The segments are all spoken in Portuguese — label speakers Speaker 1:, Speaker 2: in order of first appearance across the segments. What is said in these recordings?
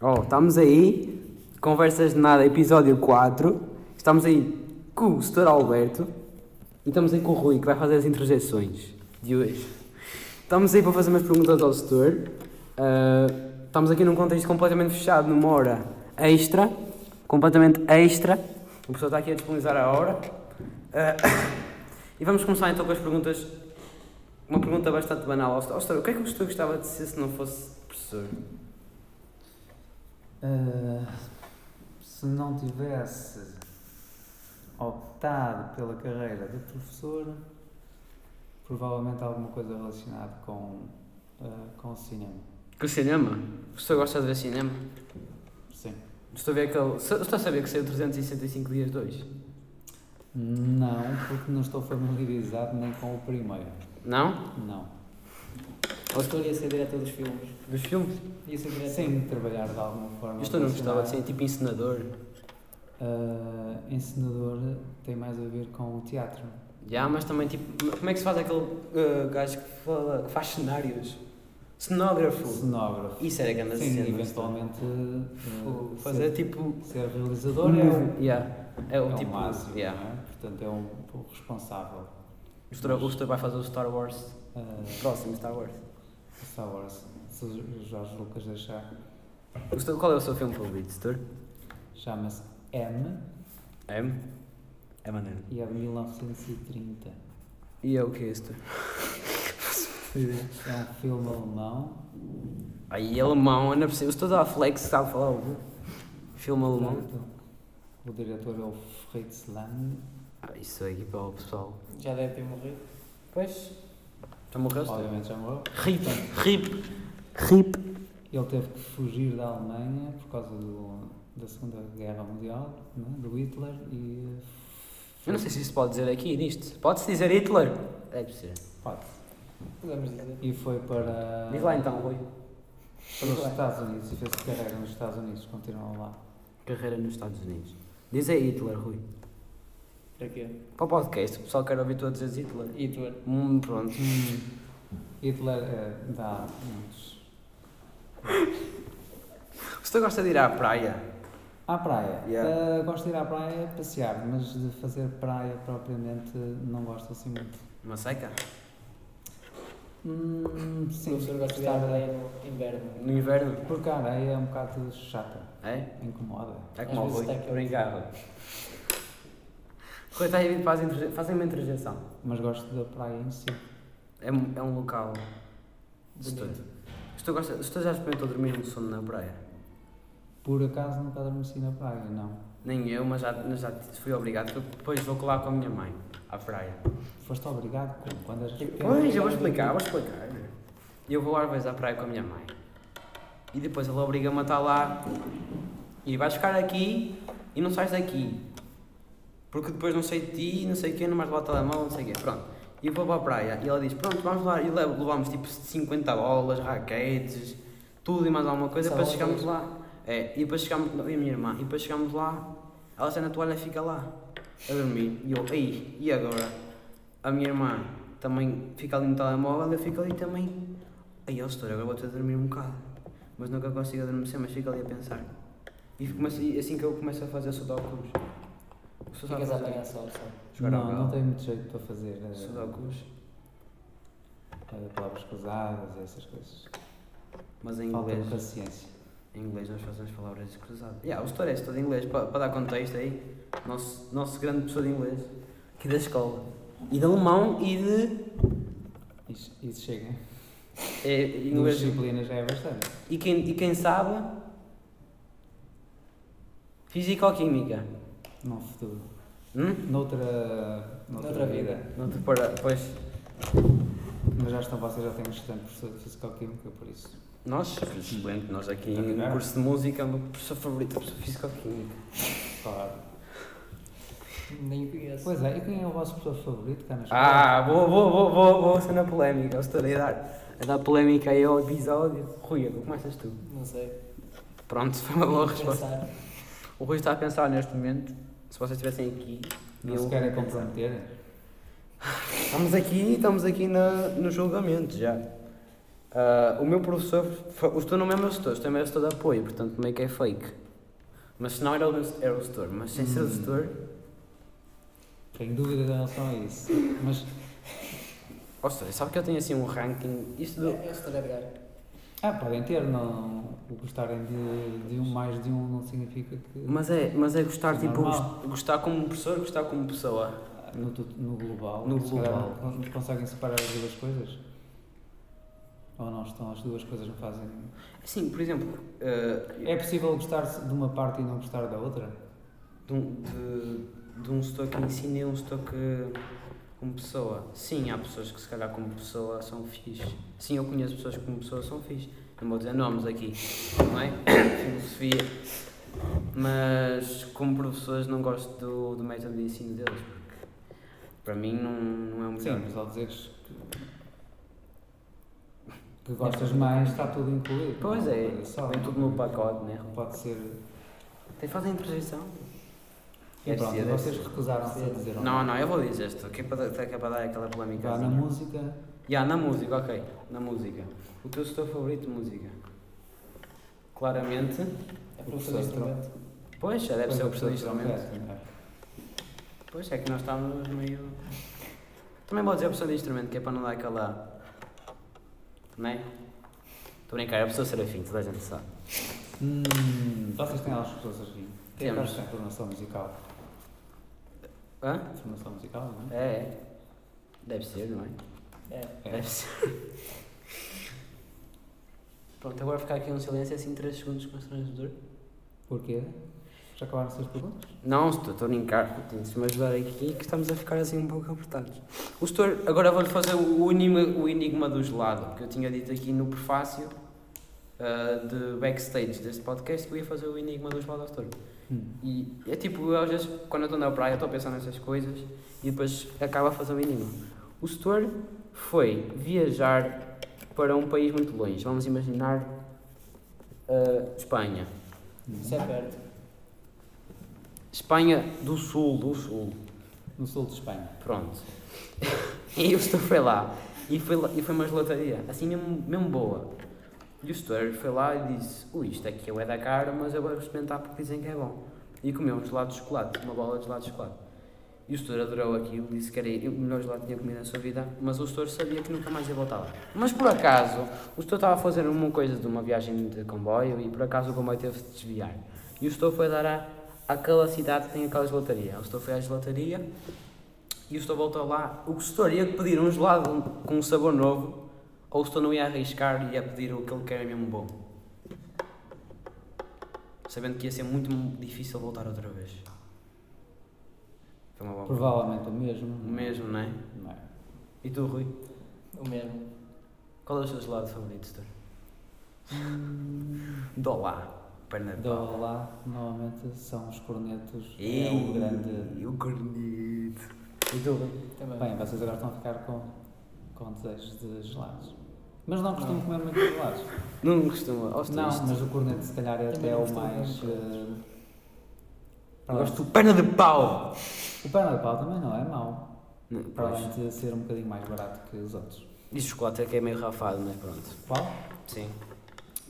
Speaker 1: Oh, estamos aí, conversas de nada, episódio 4. Estamos aí com o Sr. Alberto e estamos aí com o Rui, que vai fazer as interjeções de hoje. Estamos aí para fazer umas perguntas ao Sr. Ah, estamos aqui num contexto completamente fechado, numa hora extra, completamente extra. O pessoal está aqui a disponibilizar a hora. Ah, e vamos começar então com as perguntas. Uma pergunta bastante banal ao Sr. O que é que o Sr. gostava de ser se não fosse professor?
Speaker 2: Ah, se não tivesse optado pela carreira de professor, provavelmente alguma coisa relacionada com, ah, com o cinema.
Speaker 1: Com o cinema? O senhor gosta de ver cinema?
Speaker 2: Sim.
Speaker 1: Estou a ver aquele. se- Estou a saber que saiu 365 dias 2.
Speaker 2: Não, porque não estou familiarizado nem com o primeiro.
Speaker 1: Não?
Speaker 2: Não.
Speaker 3: O senhor ia ser diretor dos filmes. Ah,
Speaker 1: Dos filmes?
Speaker 3: Ia ser diretor.
Speaker 2: Sem trabalhar de alguma forma.
Speaker 1: Eu estou não gostava de ser tipo encenador.
Speaker 2: Ah, encenador tem mais a ver com o teatro.
Speaker 1: Já, mas também tipo. Como é que se faz aquele ah, gajo que, fala, que faz cenários? Cenógrafo.
Speaker 2: Cenógrafo.
Speaker 1: Isso era grande
Speaker 2: Sim,
Speaker 1: cena.
Speaker 2: eventualmente ah,
Speaker 1: Tipo, Fazer tipo.
Speaker 2: ser, ser realizador é o
Speaker 1: Yeah. É o tipo.
Speaker 2: um máximo,
Speaker 1: yeah.
Speaker 2: não é? Portanto, é um pouco responsável.
Speaker 1: O senhor- O senhor vai fazer o Star Wars.
Speaker 2: Uh,
Speaker 1: Próximo Star Wars.
Speaker 2: Star Wars, se o Jorge Lucas deixar,
Speaker 1: O senhor- qual é o seu filme favorito, senhor?
Speaker 2: chama-se M
Speaker 1: É? É maneiro.
Speaker 2: e é de 1930.
Speaker 1: E é o que é, senhor?
Speaker 2: É um filme alemão.
Speaker 1: Aí alemão, eu não percebo. Estou a flex, sabe falar algum? Filme alemão.
Speaker 2: Portanto, O diretor é o Fritz Lang.
Speaker 1: Ah, isso aí para o pessoal.
Speaker 3: Já deve ter morrido.
Speaker 1: Pois. Já morreu? senhor?
Speaker 2: Obviamente já morreu.
Speaker 1: Rip, rip, rip.
Speaker 2: Ele teve que fugir da Alemanha por causa do- da Segunda Guerra Mundial, não é? do Hitler. E
Speaker 1: Eu não sei se isso pode dizer aqui nisto. Pode-se dizer Hitler? Deve ser.
Speaker 2: Pode.
Speaker 3: Podemos dizer.
Speaker 2: E foi para.
Speaker 1: Diz lá então, Rui.
Speaker 2: Para os Estados Unidos e fez carreira nos Estados Unidos, continuam lá.
Speaker 1: Carreira nos Estados Unidos. Diz aí Hitler, Rui.
Speaker 3: Para quê?
Speaker 1: Para o podcast, o pessoal quer ouvir tu a dizer Hitler.
Speaker 3: Hitler.
Speaker 1: Hum, pronto.
Speaker 2: Hitler eh, dá uns.
Speaker 1: Se tu gosta de ir à praia,
Speaker 2: À praia.
Speaker 1: Yeah.
Speaker 2: Eh, gosto de ir à praia passear, mas de fazer praia propriamente não gosto assim muito.
Speaker 1: uma seca?
Speaker 2: Hum, sim,
Speaker 3: o senhor gosta de ir à praia no inverno.
Speaker 1: No inverno?
Speaker 2: Porque a areia é um bocado chata,
Speaker 1: É?
Speaker 2: incomoda.
Speaker 1: É como o
Speaker 3: Às vezes
Speaker 1: Rui.
Speaker 3: está aqui.
Speaker 1: Obrigado. Rui, está tá aí, faz interje- fazem uma interjeição.
Speaker 2: Mas gosto da praia em si.
Speaker 1: É, um- é um local.
Speaker 3: Bonito.
Speaker 1: Estou, estou, gosta, estou já experimentou dormir no sono na praia?
Speaker 2: Por acaso nunca adormeci na praia, não.
Speaker 1: Nem eu, mas já, mas já fui obrigado, porque depois vou colar com a minha mãe à praia.
Speaker 2: Foste obrigado como? Quando eras pequeno?
Speaker 1: Pois, eu vou explicar, vou explicar. Eu vou às vezes à praia com a minha mãe. E depois ela obriga-me a estar lá. E vais ficar aqui e não sais daqui. Porque depois não sei de ti, não sei o quê, não mais lá o telemóvel, não sei o quê. Pronto. E eu vou para a praia e ela diz, pronto, vamos lá. E levo- levamos tipo 50 bolas, raquetes, tudo e mais alguma coisa.
Speaker 3: Só
Speaker 1: Depois
Speaker 3: bolas?
Speaker 1: chegámos lá. É, e depois chegámos, não, e a minha irmã, e depois chegámos lá, ela sai na toalha e fica lá, a dormir. E eu, ei, e agora? A minha irmã também fica ali no telemóvel, eu fico ali também. Aí, ó, setor, agora vou ter de dormir um bocado. Mas nunca consigo adormecer, mas fico ali a pensar. E começo, e assim que eu começo a fazer sudokus. Sou só
Speaker 3: Ficas a
Speaker 2: é
Speaker 1: fazer-
Speaker 3: apanhar sol, só.
Speaker 1: jogar ao
Speaker 2: Não, não
Speaker 1: galo.
Speaker 2: tenho muito jeito para fazer eh,
Speaker 1: Sudokus,
Speaker 2: eh, palavras cruzadas, essas coisas.
Speaker 1: mas em
Speaker 2: Falta-me
Speaker 1: inglês.
Speaker 2: paciência.
Speaker 1: Em inglês nós fazemos palavras cruzadas. Yeah, o setor é todo em inglês, para, para dar contexto aí. Nosso, nosso grande professor de inglês, aqui da escola. E de alemão e de.
Speaker 2: Isso, isso chega.
Speaker 1: É,
Speaker 2: Duas
Speaker 1: inglês.
Speaker 2: disciplinas já é bastante.
Speaker 1: E quem, e quem sabe. Físico-química.
Speaker 2: Num futuro.
Speaker 1: Hum?
Speaker 2: Noutra,
Speaker 3: Noutra vida.
Speaker 1: Não te para. Pois.
Speaker 2: Mas já estão, vocês já têm um estudante professor de Físico-Química, por isso.
Speaker 1: Nós, excelente, nós aqui
Speaker 2: Tá
Speaker 1: no
Speaker 2: ligado?
Speaker 1: curso de música, o meu professor favorito é o professor físico-química.
Speaker 2: Claro.
Speaker 3: Nem o conheço.
Speaker 2: Pois é, e quem é o vosso professor favorito cá na escola?
Speaker 1: Ah, vou, vou, vou, vou, vou ser na polémica, eu estou a dar, a dar polémica aí ao episódio. Rui, agora começas tu.
Speaker 3: Não sei.
Speaker 1: Pronto, foi uma boa resposta.
Speaker 3: Pensar.
Speaker 1: O Rui está a pensar neste momento, se vocês estivessem aqui.
Speaker 2: Não
Speaker 1: eu-
Speaker 2: se querem comprometer?
Speaker 1: Estamos aqui, estamos aqui na, no julgamento já. Ah, o meu professor, fa- o setor não é meu setor, o setor é meu setor de apoio, portanto meio que é fake. Mas se não era o, meu- era o setor, mas sem ser o
Speaker 2: Hum.
Speaker 1: setor,
Speaker 2: Tenho dúvidas em relação a isso. Mas.
Speaker 1: ou seja, sabe que eu tenho assim um ranking, isto do...
Speaker 3: É, é o setor agrário.
Speaker 2: Ah, podem ter, não. O gostarem de, de um mais de um não significa que.
Speaker 1: Mas é, mas é gostar, tipo,
Speaker 2: Normal.
Speaker 1: gost- gostar como professor, gostar como pessoa.
Speaker 2: No, tu- no global.
Speaker 1: No
Speaker 2: se calhar
Speaker 1: global.
Speaker 2: não con- conseguem separar as duas coisas? Ou não estão as duas coisas não fazem.
Speaker 1: Assim, por exemplo, eh,
Speaker 2: É possível gostar se de uma parte e não gostar da outra?
Speaker 1: de, um- de, de um setor que ensina e um setor que. como pessoa. Sim, há pessoas que se calhar como pessoa são fixe. Sim, eu conheço pessoas que como pessoa são fixe. Não vou dizer nomes aqui, não é? Filosofia. Mas como professores não gosto do, do método de ensino deles, porque para mim não, não é um
Speaker 2: Sim,
Speaker 1: melhor.
Speaker 2: mas ao dizeres que. que gostas mais, está tudo incluído.
Speaker 1: Pois
Speaker 2: não
Speaker 1: é,
Speaker 2: uma coisa só.
Speaker 1: vem tudo no pacote, né?
Speaker 2: Pode ser.
Speaker 1: Tem fazem a interjeição.
Speaker 2: E
Speaker 1: Deve
Speaker 2: pronto,
Speaker 1: ser,
Speaker 2: e
Speaker 1: deve
Speaker 2: vocês
Speaker 1: ser.
Speaker 2: recusaram-se a dizer.
Speaker 1: Não, não, eu vou dizer isto, que é para, dar- que é para dar aquela polémica.
Speaker 2: Vá na música.
Speaker 1: Ya, na música, ok. Na música. O teu setor favorito de música? Claramente.
Speaker 3: É professor de
Speaker 2: professor de
Speaker 3: instrumento.
Speaker 1: Pois, já deve ser o
Speaker 2: coisa
Speaker 1: professor de
Speaker 2: que não
Speaker 1: instrumento.
Speaker 2: quer, não é?
Speaker 1: Pois é que nós estamos meio. Também vou dizer a pessoa de instrumento, que é para não dar aquela. Não é? Estou a brincar, é a pessoa serafim, toda a gente sabe.
Speaker 2: Hum, vocês têm algumas pessoas aqui. Quem é que
Speaker 1: Temos.
Speaker 2: acha que tem formação musical?
Speaker 1: Hã?
Speaker 2: Formação musical, não é?
Speaker 1: É, é. Deve ser, não é?
Speaker 3: É.
Speaker 2: É.
Speaker 1: Deve ser. Pronto, agora ficar aqui um silêncio assim 3 segundos constrangedor.
Speaker 2: Porquê? Já acabaram as suas perguntas?
Speaker 1: Não, estou, estou a brincar. Tens de me ajudar aqui que estamos a ficar assim um pouco apertados. O setor, agora vou-lhe fazer o enigma, o enigma do gelado, porque eu tinha dito aqui no prefácio ah, de backstage deste podcast que eu ia fazer o enigma do gelado ao setor. E é tipo, eu, às vezes, quando eu estou na praia, estou a pensar nessas coisas e depois acaba a fazer o enigma. O setor foi viajar para um país muito longe. Vamos imaginar ah, Espanha.
Speaker 3: Isso é perto.
Speaker 1: Espanha do Sul, do Sul.
Speaker 2: No sul de Espanha.
Speaker 1: Pronto. e o Stur foi lá. E foi, lá- e foi uma gelataria, assim mesmo, mesmo boa. E o Stur foi lá e disse: Ui, isto aqui é da cara, mas eu vou experimentar porque dizem que é bom. E comeu um gelado de chocolate, uma bola de gelado de chocolate. E o Stur adorou aquilo, disse que era o melhor gelado que tinha comido na sua vida, mas o Stur sabia que nunca mais ia voltar lá. Mas por acaso, o Stur estava a fazer uma coisa de uma viagem de comboio e por acaso o comboio teve de desviar. E o Stur foi dar à, àquela cidade que tem aquela gelataria. O Stur foi à gelataria e o Stor voltou lá, o gestor ia pedir um gelado com um sabor novo, ou o Stor não ia arriscar e ia pedir o que ele quer é mesmo bom. Sabendo que ia ser muito difícil voltar outra vez. Foi uma boa.
Speaker 2: Provavelmente o mesmo.
Speaker 1: O mesmo, não é?
Speaker 2: Não é?
Speaker 1: E tu, Rui?
Speaker 3: O mesmo.
Speaker 1: Qual é o teu gelado favorito, Stor? Hum. Dolá. Perna de pau.
Speaker 2: Do Então, lá, normalmente são os cornetos.
Speaker 1: E
Speaker 2: É um grande.
Speaker 1: E o cornito. E tu, Rui?
Speaker 3: Também.
Speaker 2: Bem, vocês agora estão a ficar com, com desejos de gelados. Mas não costumam comer muito gelados.
Speaker 1: Não costuma. Oh, Stor,
Speaker 2: Não,
Speaker 1: isto-
Speaker 2: mas o corneto se calhar é
Speaker 3: Também
Speaker 2: até
Speaker 3: não
Speaker 2: o
Speaker 3: costumo comer
Speaker 2: mais.
Speaker 3: muito.
Speaker 2: eh,
Speaker 1: Eu gosto do perna de pau.
Speaker 2: O perna de pau também não é mau.
Speaker 1: Não,
Speaker 2: Para
Speaker 1: pois.
Speaker 2: além de ser um bocadinho mais barato que os outros.
Speaker 1: E o chocolate é que é meio rafado, mas pronto.
Speaker 2: Qual?
Speaker 1: Sim.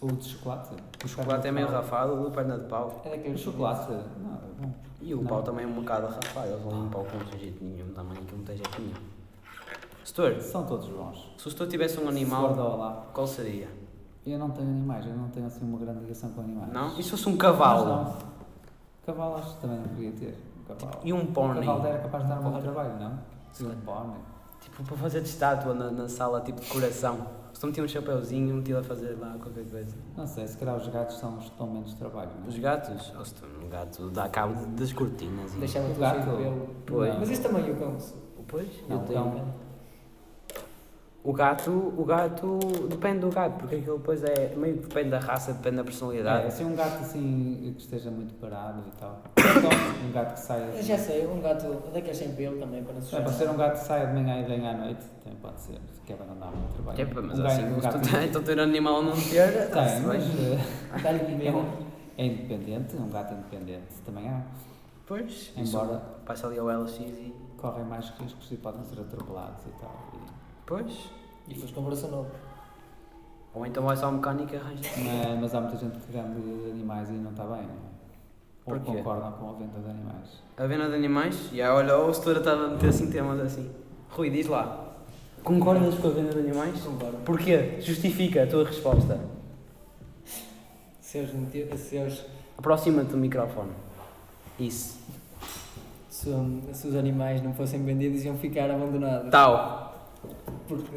Speaker 2: O de chocolate.
Speaker 1: O chocolate é meio rafado, o perna de pau.
Speaker 3: É daqueles
Speaker 2: O chocolate. Não, é bom.
Speaker 1: E o
Speaker 2: Não.
Speaker 1: pau também é um bocado rafado. Eles não limpam o pau com jeito nenhum também, que não tem jeito nenhum. Setor,
Speaker 2: São todos bons.
Speaker 1: se o setor tivesse um
Speaker 2: Se for da
Speaker 1: animal,
Speaker 2: Olá.
Speaker 1: qual seria?
Speaker 2: Eu não tenho animais, eu não tenho assim uma grande ligação com animais.
Speaker 1: Não? E se fosse um
Speaker 2: Mas
Speaker 1: cavalo?
Speaker 2: não. Cavalo acho que também não podia ter. Um Cavalo.
Speaker 1: E um
Speaker 2: o
Speaker 1: pônei?
Speaker 2: cavalo era capaz de dar um bom
Speaker 1: Porra.
Speaker 2: trabalho, não?
Speaker 1: Sim.
Speaker 2: E um pônei.
Speaker 1: Tipo, para fazer de estátua na, na sala, tipo de coração. Se não metia um chapéuzinho, metia a fazer lá qualquer coisa.
Speaker 2: Não sei, se calhar os gatos são os que dão menos trabalho, não é?
Speaker 1: Os gatos? Oh, se tu- um gato dá cabo de- das cortinas e...
Speaker 3: Deixava
Speaker 2: O
Speaker 3: tudo cheio
Speaker 2: gato.
Speaker 3: de pelo.
Speaker 1: Pois. é
Speaker 3: Mas isso também o cão.
Speaker 1: Pois, eu
Speaker 2: Não, não.
Speaker 1: tenho... O gato, o gato depende do gato, porque aquilo depois é meio que depende da raça, depende da
Speaker 2: É,
Speaker 1: personalidade.
Speaker 2: assim um gato assim que esteja muito parado e tal. Então, um gato que saia.
Speaker 3: Eu já sei, um gato daqueles sem pelo também, para não
Speaker 2: É,
Speaker 3: sujar.
Speaker 2: pode ser um gato que saia de manhã e venha à noite, também pode ser, que é para não dar muito trabalho.
Speaker 1: É, pá, mas
Speaker 2: um
Speaker 1: assim,
Speaker 2: gajo- um
Speaker 1: se
Speaker 2: gato
Speaker 1: tu tens- então ter animal ou não ter,
Speaker 2: Tem,
Speaker 1: está-se bem.
Speaker 2: mas eh,
Speaker 3: Dá-lhe comer.
Speaker 2: é independente, um gato independente também há.
Speaker 1: Pois,
Speaker 2: Embora-
Speaker 1: isso, passa ali ao LX e.
Speaker 2: Correm mais riscos e podem ser atropelados e tal. E,
Speaker 1: Pois,
Speaker 3: E depois com o braço novo.
Speaker 1: Ou então vai só ao mecânico e arranja.
Speaker 2: Mas, mas há muita gente que vende animais e não está bem. não é? Ou
Speaker 1: Porquê?
Speaker 2: concordam com a venda de animais.
Speaker 1: A venda de animais? E aí, olha, o setor estava a meter assim temas assim. Rui, diz lá. Concordas com a venda de animais?
Speaker 3: Concordo.
Speaker 1: Porquê? Justifica a tua resposta.
Speaker 3: Seus motivos, seus,
Speaker 1: Aproxima-te do microfone. Isso.
Speaker 3: se, um- se os animais não fossem vendidos, iam ficar abandonados.
Speaker 2: Tá
Speaker 1: Tal.
Speaker 3: Porque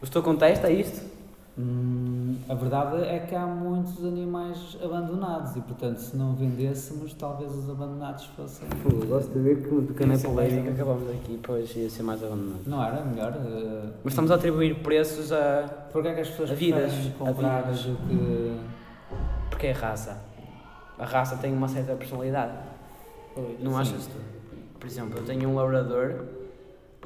Speaker 1: O setor contesta isto?
Speaker 2: Hum, a verdade é que há muitos animais abandonados e, portanto, se não vendêssemos, talvez os abandonados fossem.
Speaker 1: gosto de ver que uma pequena
Speaker 3: Isso é mais
Speaker 1: polémica
Speaker 3: um-
Speaker 1: acabamos aqui, pois ia ser mais abandonado.
Speaker 2: Não era melhor? eh,
Speaker 1: Mas estamos a atribuir preços a.
Speaker 2: Porquê é que as pessoas
Speaker 1: A vidas,
Speaker 2: preferem
Speaker 1: a
Speaker 2: comprar
Speaker 1: vidas.
Speaker 2: do que.
Speaker 1: porque é raça. A raça tem uma certa personalidade.
Speaker 3: Pois,
Speaker 1: Não
Speaker 3: sim.
Speaker 1: achas tu? Por exemplo, eu tenho um labrador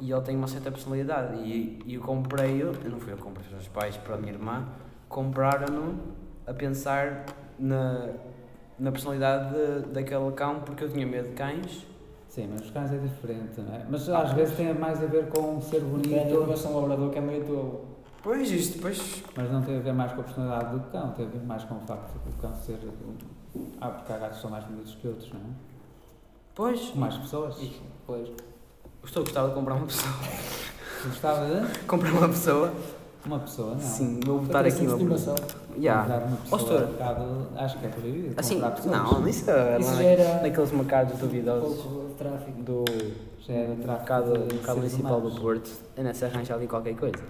Speaker 1: e ele tem uma certa personalidade. E, e eu comprei-o, eu não fui eu que comprei, os meus pais para a minha irmã, compraram-no a pensar na, na personalidade de- daquele cão porque eu tinha medo de cães.
Speaker 2: Sim, mas os cães é diferente, não é? Mas
Speaker 1: Ah.
Speaker 2: às vezes tem mais a ver com ser
Speaker 3: Depende,
Speaker 2: bonito,
Speaker 3: mas são um labrador que é meio tolo.
Speaker 1: Pois, isto depois.
Speaker 2: mas não tem a ver mais com a personalidade do cão, tem a ver mais com o facto do cão ser. Ah, porque há gatos que são mais bonitos que outros, não é?
Speaker 1: Pois.
Speaker 2: Com mais pessoas.
Speaker 1: Ih,
Speaker 3: Pois.
Speaker 1: Estou a gostar de comprar uma pessoa.
Speaker 2: Gostava de
Speaker 1: comprar uma pessoa?
Speaker 2: uma pessoa, não.
Speaker 1: Sim, vou botar
Speaker 3: Parece
Speaker 1: aqui
Speaker 3: uma
Speaker 1: uma
Speaker 3: estimação.
Speaker 1: Já.
Speaker 2: Comprar uma pessoa
Speaker 1: senhor.
Speaker 2: é um bocado- acho que é proibido.
Speaker 1: Assim,
Speaker 2: comprar pessoas.
Speaker 1: não, isso é
Speaker 3: Isso
Speaker 1: lá
Speaker 3: já era
Speaker 1: naqueles mercados
Speaker 3: um
Speaker 1: duvidosos
Speaker 3: pouco de tráfico.
Speaker 1: do
Speaker 2: Já é do tráfico
Speaker 1: mercado,
Speaker 2: de
Speaker 1: mercado
Speaker 2: seres
Speaker 1: um municipal
Speaker 2: humanos.
Speaker 1: do Porto, é nessa arranja ali qualquer coisa.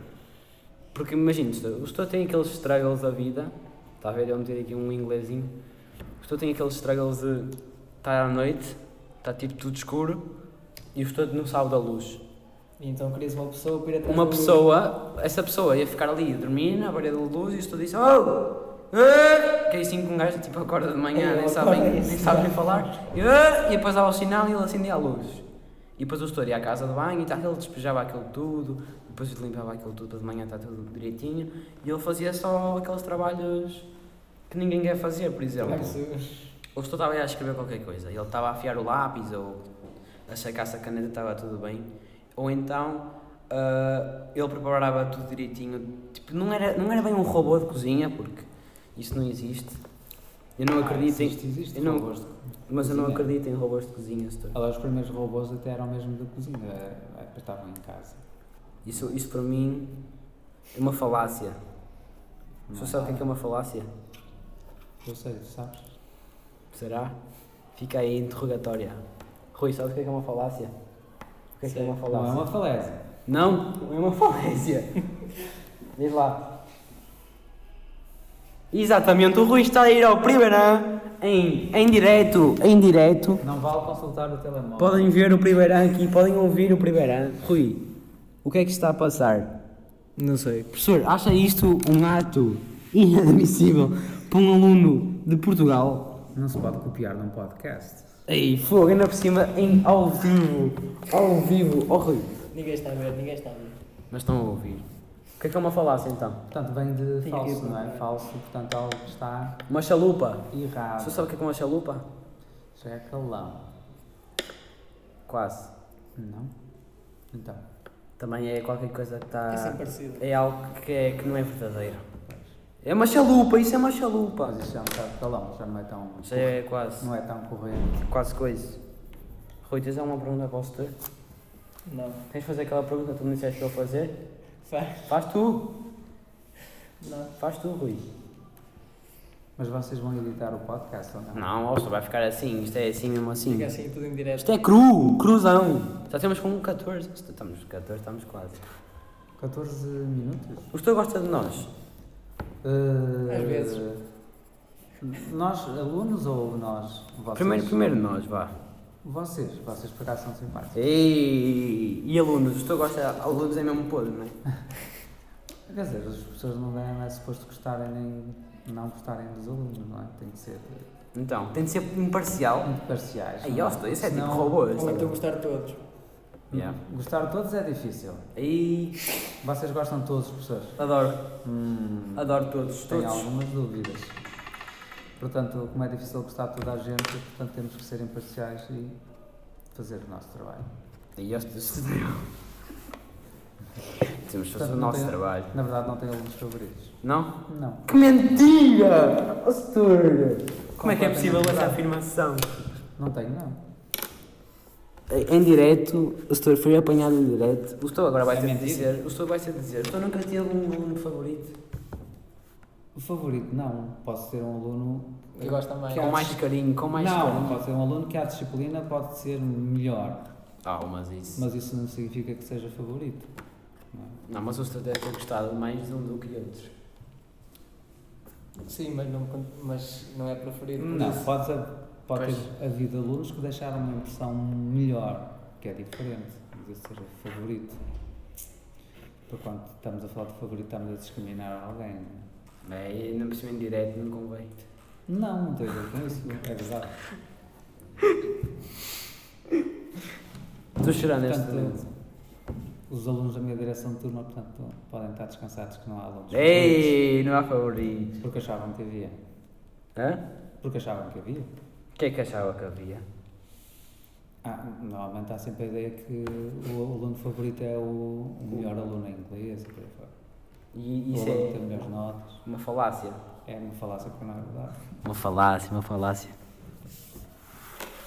Speaker 1: Porque imagina, o Estou tem aqueles struggles da vida, está a ver? Eu meter aqui um inglesinho. O Estou tem aqueles struggles de estar à noite, está tipo tudo escuro e o Estou não sabe da luz.
Speaker 3: E então querias uma pessoa para ir atrás
Speaker 1: Uma
Speaker 3: do-
Speaker 1: pessoa, essa pessoa ia ficar ali a dormir na beira da luz e o Estou disse: Oh! Ah! Que é assim que um gajo tipo, acorda de manhã,
Speaker 3: É,
Speaker 1: nem sabe nem,
Speaker 3: acorda
Speaker 1: nem,
Speaker 3: isso,
Speaker 1: sabe nem
Speaker 3: já.
Speaker 1: falar. E, "Ah!" e depois dava o sinal e ele acendia a luz. E depois o gestor ia à casa de banho e tal, ele despejava aquilo tudo, depois limpava aquilo tudo para de manhã estar tudo direitinho. E ele fazia só aqueles trabalhos que ninguém quer fazer, por exemplo.
Speaker 3: Ai, Jesus.
Speaker 1: O gestor estava a escrever qualquer coisa, ele estava a afiar o lápis ou a sacar se a caneta estava tudo bem. Ou então ah, ele preparava tudo direitinho. Tipo, não era, não era bem um robô de cozinha, porque isso não existe. Eu não
Speaker 2: Ah,
Speaker 1: acredito em.
Speaker 2: Existe, existe
Speaker 1: eu não-
Speaker 2: robôs. de-
Speaker 1: Mas eu não
Speaker 2: cozinha.
Speaker 1: acredito em robôs de cozinha, setor.
Speaker 2: Aliás, os primeiros robôs até eram mesmo da cozinha, é, é, estavam em casa.
Speaker 1: Isso, isso para mim é uma falácia. Você sabe o que é, que é uma falácia?
Speaker 2: Eu sei, tu sabes?
Speaker 1: Será? Fica aí a interrogatória. Rui, sabe o que é, que é uma falácia? O que é, que é uma
Speaker 2: Não é
Speaker 1: falácia?
Speaker 2: uma falésia.
Speaker 1: Não, não é uma falésia. Diz lá. Exatamente, o Rui está a ir ao Primeirão em, em direto, em direto.
Speaker 2: Não vale consultar o telemóvel.
Speaker 1: Podem ver o Primeirão aqui, podem ouvir o Primeirão. Rui, o que é que está a passar?
Speaker 3: Não sei.
Speaker 1: Professor, acha isto um ato inadmissível para um aluno de Portugal?
Speaker 2: Não se pode copiar num podcast.
Speaker 1: Ei, fogo, ainda por cima, em, ao vivo, ao vivo, ó Rui.
Speaker 3: Ninguém está a ver, ninguém está a ver.
Speaker 1: Mas estão a ouvir. O que é que é uma falácia então?
Speaker 2: Portanto, vem de
Speaker 3: Tem
Speaker 2: falso,
Speaker 3: aqui,
Speaker 2: não é?
Speaker 3: não é?
Speaker 2: Falso, portanto, algo que está
Speaker 1: Uma chalupa.
Speaker 2: errado.
Speaker 1: Você sabe o que é que é uma chalupa?
Speaker 2: Já é calão.
Speaker 1: Quase.
Speaker 2: Não? Então,
Speaker 1: Também é qualquer coisa que está.
Speaker 3: É sempre parecido.
Speaker 1: É algo que, é- que não é verdadeiro. É uma chalupa, isso é uma chalupa.
Speaker 2: mas isto já é um bocado calão, já não é tão.
Speaker 1: Isso é quase.
Speaker 2: Não é tão corrente.
Speaker 1: Quase coisa. Rui, tens alguma pergunta para o setor?
Speaker 3: Não.
Speaker 1: Tens de fazer aquela pergunta que tu me disseste para eu fazer?
Speaker 3: Faz.
Speaker 1: Faz tu!
Speaker 3: Não.
Speaker 1: Faz tu, Rui.
Speaker 2: Mas vocês vão editar o podcast ou não?
Speaker 1: Não, ó, só vai ficar assim, isto é assim mesmo assim.
Speaker 3: Fica assim tudo em direto.
Speaker 1: Isto é cru, cruzão. Já temos com 14. Estamos 14, estamos quase.
Speaker 2: 14 minutos?
Speaker 1: O setor gosta de nós.
Speaker 2: Eh,
Speaker 3: Às vezes.
Speaker 2: Nós, alunos ou nós? Vocês?
Speaker 1: Primeiro, primeiro nós, vá.
Speaker 2: Vocês, vocês por acaso são simpáticos.
Speaker 1: Ei, e alunos? O setor gosta de alunos é mesmo podre, não é?
Speaker 2: Quer dizer, as pessoas não devem- não é suposto gostarem nem não gostarem dos alunos, não é? Tem que ser
Speaker 1: Então, tem de ser imparcial.
Speaker 2: muito parciais.
Speaker 1: Aí,
Speaker 2: não é?
Speaker 1: ó, setor, isso é tipo
Speaker 2: Senão-
Speaker 1: robô.
Speaker 3: Ou então
Speaker 1: isto
Speaker 3: gostar de todos.
Speaker 1: Yeah.
Speaker 2: Gostar de todos é difícil.
Speaker 1: é- Aí,
Speaker 2: Vocês gostam de todos, professor?
Speaker 1: adoro,
Speaker 2: Hum,
Speaker 1: adoro todos,
Speaker 2: tenho
Speaker 1: todos.
Speaker 2: algumas dúvidas. Portanto, como é difícil gostar de toda a gente, portanto temos que ser imparciais e fazer o nosso trabalho.
Speaker 1: Aí, ó, setor, Temos que
Speaker 2: Portanto,
Speaker 1: fazer o
Speaker 2: não
Speaker 1: nosso
Speaker 2: tenho-
Speaker 1: trabalho.
Speaker 2: Na verdade, não tenho alunos favoritos.
Speaker 1: Não?
Speaker 2: Não.
Speaker 1: Que mentira! Ó, Setor!
Speaker 2: Como é que é possível essa
Speaker 1: afirmação?
Speaker 2: Não tenho, não.
Speaker 1: Em direto, o Setor foi apanhado em direto. O Setor agora vai
Speaker 2: É
Speaker 1: ter de
Speaker 2: mentira.
Speaker 1: dizer. O Setor vai ter de dizer. O Setor nunca tinha um aluno favorito.
Speaker 2: O favorito, não. Posso ser um aluno.
Speaker 3: Eu gosto também.
Speaker 1: Com mais carinho, com mais
Speaker 2: não,
Speaker 1: carinho.
Speaker 2: pode ser um aluno que à disciplina pode ser melhor,
Speaker 1: Ah, mas isso.
Speaker 2: mas isso não significa que seja favorito. não é?
Speaker 1: Não, mas o Setor deve ter gostado mais de um do que outros.
Speaker 3: Sim, mas não, mas não é preferido. por
Speaker 2: Não,
Speaker 3: isso.
Speaker 2: pode, pode ter havido alunos que deixaram uma impressão melhor, que é diferente, mas isso seja favorito. Porque quando estamos a falar de favorito, estamos a discriminar alguém. não é?
Speaker 1: Bem, não percebi em direto, não convém.
Speaker 2: Não, não tem a ver com isso, é verdade.
Speaker 1: Estou chorando neste momento.
Speaker 2: Portanto, os alunos da minha direção de turma, portanto, podem estar descansados que não há alunos. favoritos,
Speaker 1: Ei, não há favorito.
Speaker 2: Porque achavam que havia.
Speaker 1: Hã?
Speaker 2: Porque achavam que havia.
Speaker 1: O que é que achava que havia?
Speaker 2: Ah, normalmente há sempre a ideia que o aluno favorito é o, o melhor aluno em inglês, e por aí fora.
Speaker 1: E
Speaker 2: Isso
Speaker 1: isso
Speaker 2: o aluno que tem
Speaker 1: é
Speaker 2: melhores notas.
Speaker 1: uma falácia.
Speaker 2: É uma falácia que não é verdade.
Speaker 1: Uma falácia, uma falácia.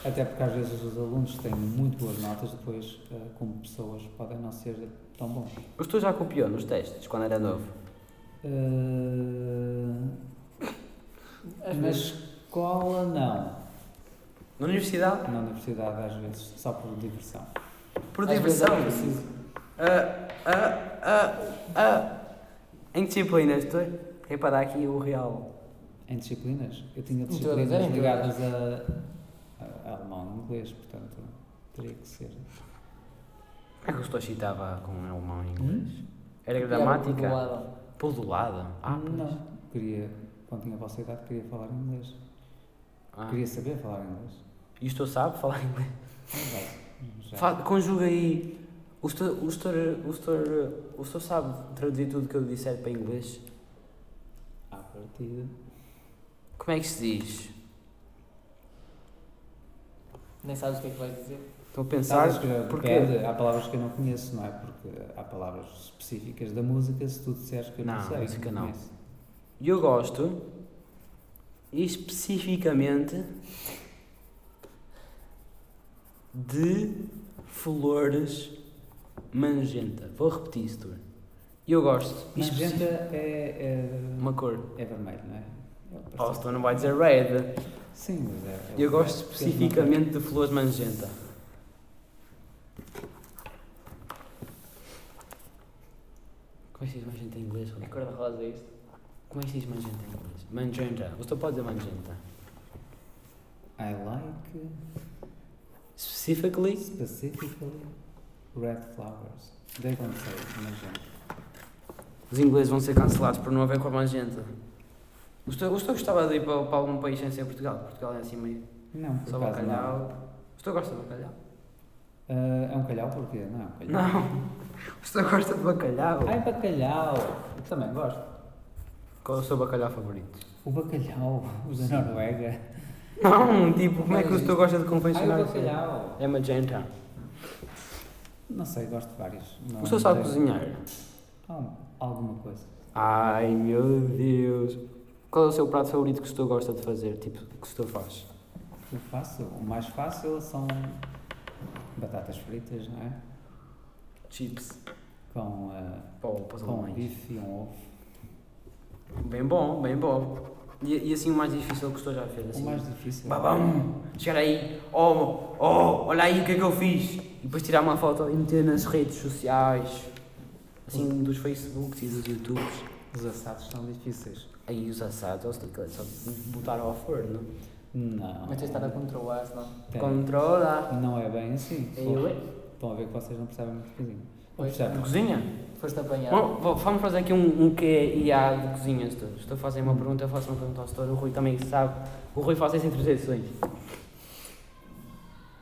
Speaker 2: Até porque às vezes os alunos têm muito boas notas, depois, eh, como pessoas, podem não ser tão bons.
Speaker 1: O senhor já copiou nos testes quando era novo?
Speaker 2: Eh, na escola, não.
Speaker 1: Na universidade?
Speaker 2: Na universidade, às vezes, só por diversão.
Speaker 1: Por
Speaker 3: Às vezes
Speaker 1: diversão.
Speaker 3: é preciso.
Speaker 1: Ah, ah, ah, ah. Em que disciplina estou? É para dar aqui o real.
Speaker 2: Em disciplinas, eu tinha
Speaker 3: todas,
Speaker 2: disciplinas
Speaker 3: era em
Speaker 2: ligadas a, a, a alemão e inglês, portanto, teria que ser.
Speaker 1: Como é que o senhor citava com um alemão e inglês?
Speaker 2: Hum?
Speaker 1: Era
Speaker 3: E é era
Speaker 1: gramática?
Speaker 3: do lado.
Speaker 1: Podulada? Ah, pois.
Speaker 2: não. Queria, quando tinha a vossa idade, queria falar inglês.
Speaker 1: Ah.
Speaker 2: Queria saber falar inglês.
Speaker 1: E o senhor sabe falar inglês?
Speaker 2: Já.
Speaker 1: Fa- conjuga aí. O senhor, o, senhor, o, senhor, o senhor sabe traduzir tudo que eu disser para inglês?
Speaker 2: À partida.
Speaker 1: Como é que se diz?
Speaker 3: Nem sabes o que é que vais dizer.
Speaker 1: Estou a
Speaker 2: Pensar,
Speaker 1: pensar.
Speaker 2: porque
Speaker 1: porque- é?
Speaker 2: há palavras que eu não conheço, não é? Porque há palavras específicas da música, se tu disseres que eu não,
Speaker 1: Não,
Speaker 2: sei.
Speaker 1: música não.
Speaker 2: conheço.
Speaker 1: E eu gosto, especificamente, de flores magenta. Vou repetir isso, Tur. Eu gosto.
Speaker 2: Magenta
Speaker 1: especi-
Speaker 2: é, é,
Speaker 1: Uma cor.
Speaker 2: é vermelho, não é? É o
Speaker 1: Oh,
Speaker 2: parecido.
Speaker 1: então não vai dizer red.
Speaker 2: Sim, mas é. é
Speaker 1: Eu
Speaker 2: o-
Speaker 1: gosto
Speaker 2: porque
Speaker 1: especificamente de flores magenta. Como é que se diz magenta em inglês?
Speaker 3: É cor de rosa isto.
Speaker 1: Como é que se diz magenta em inglês? Magenta. Você pode dizer magenta.
Speaker 2: I like
Speaker 1: Specifically,
Speaker 2: specifically red flowers. They don't say magenta.
Speaker 1: os ingleses vão ser cancelados por não haver cor magenta. O senhor, o senhor gostava de ir para, para algum país sem ser Portugal? Portugal é assim meio.
Speaker 2: Não, por
Speaker 1: Só
Speaker 2: acaso não.
Speaker 1: bacalhau. O senhor gosta de bacalhau?
Speaker 2: Ah, é um calhau porquê? Não, é um calhau.
Speaker 1: Não! O senhor gosta de bacalhau?
Speaker 2: Ai, bacalhau! Eu também gosto.
Speaker 1: Qual é o seu bacalhau favorito?
Speaker 2: O bacalhau, o da Noruega.
Speaker 1: Não, tipo, como é que o senhor gosta de
Speaker 2: Ai,
Speaker 1: confeccionar?
Speaker 2: o
Speaker 1: isso?
Speaker 2: bacalhau!
Speaker 1: É magenta.
Speaker 2: Não sei, gosto de vários. Não
Speaker 1: O senhor sabe
Speaker 2: sei.
Speaker 1: cozinhar?
Speaker 2: Al- alguma coisa.
Speaker 1: Ai meu Deus! Qual é o seu prato favorito que o senhor gosta de fazer? Tipo, que o senhor faz?
Speaker 2: O fácil, o mais fácil são batatas fritas, não é?
Speaker 1: Chips.
Speaker 2: Com, ah,
Speaker 1: Pau, para os
Speaker 2: com um
Speaker 1: alemães.
Speaker 2: bife e um ovo.
Speaker 1: Bem bom, bem bom. E, e assim o mais difícil que o senhor já fez?
Speaker 2: O
Speaker 1: Assim,
Speaker 2: mais difícil. é
Speaker 1: Babão! Chegar aí, oh, oh, olha aí o que é que eu fiz! E depois tirar uma foto e meter nas redes sociais, assim, dos Facebooks e dos YouTubes.
Speaker 2: Os assados são difíceis.
Speaker 1: Aí os assados, ou seja, só botar ao forno.
Speaker 2: Não.
Speaker 3: Mas tens de estar a controlar, senão.
Speaker 2: Tem.
Speaker 1: Controla!
Speaker 2: Não é bem assim.
Speaker 1: E eu, é?
Speaker 2: Pô, Estão a ver que vocês não percebem muito cozinha. Não
Speaker 3: Pois.
Speaker 2: percebem.
Speaker 1: Cozinha?
Speaker 3: Foste apanhado.
Speaker 1: Bom, vou- vamos fazer aqui um, um QIA de cozinhas todos. Estou a fazer uma pergunta, eu faço uma pergunta ao setor, o Rui também sabe. O Rui faz as interjeições.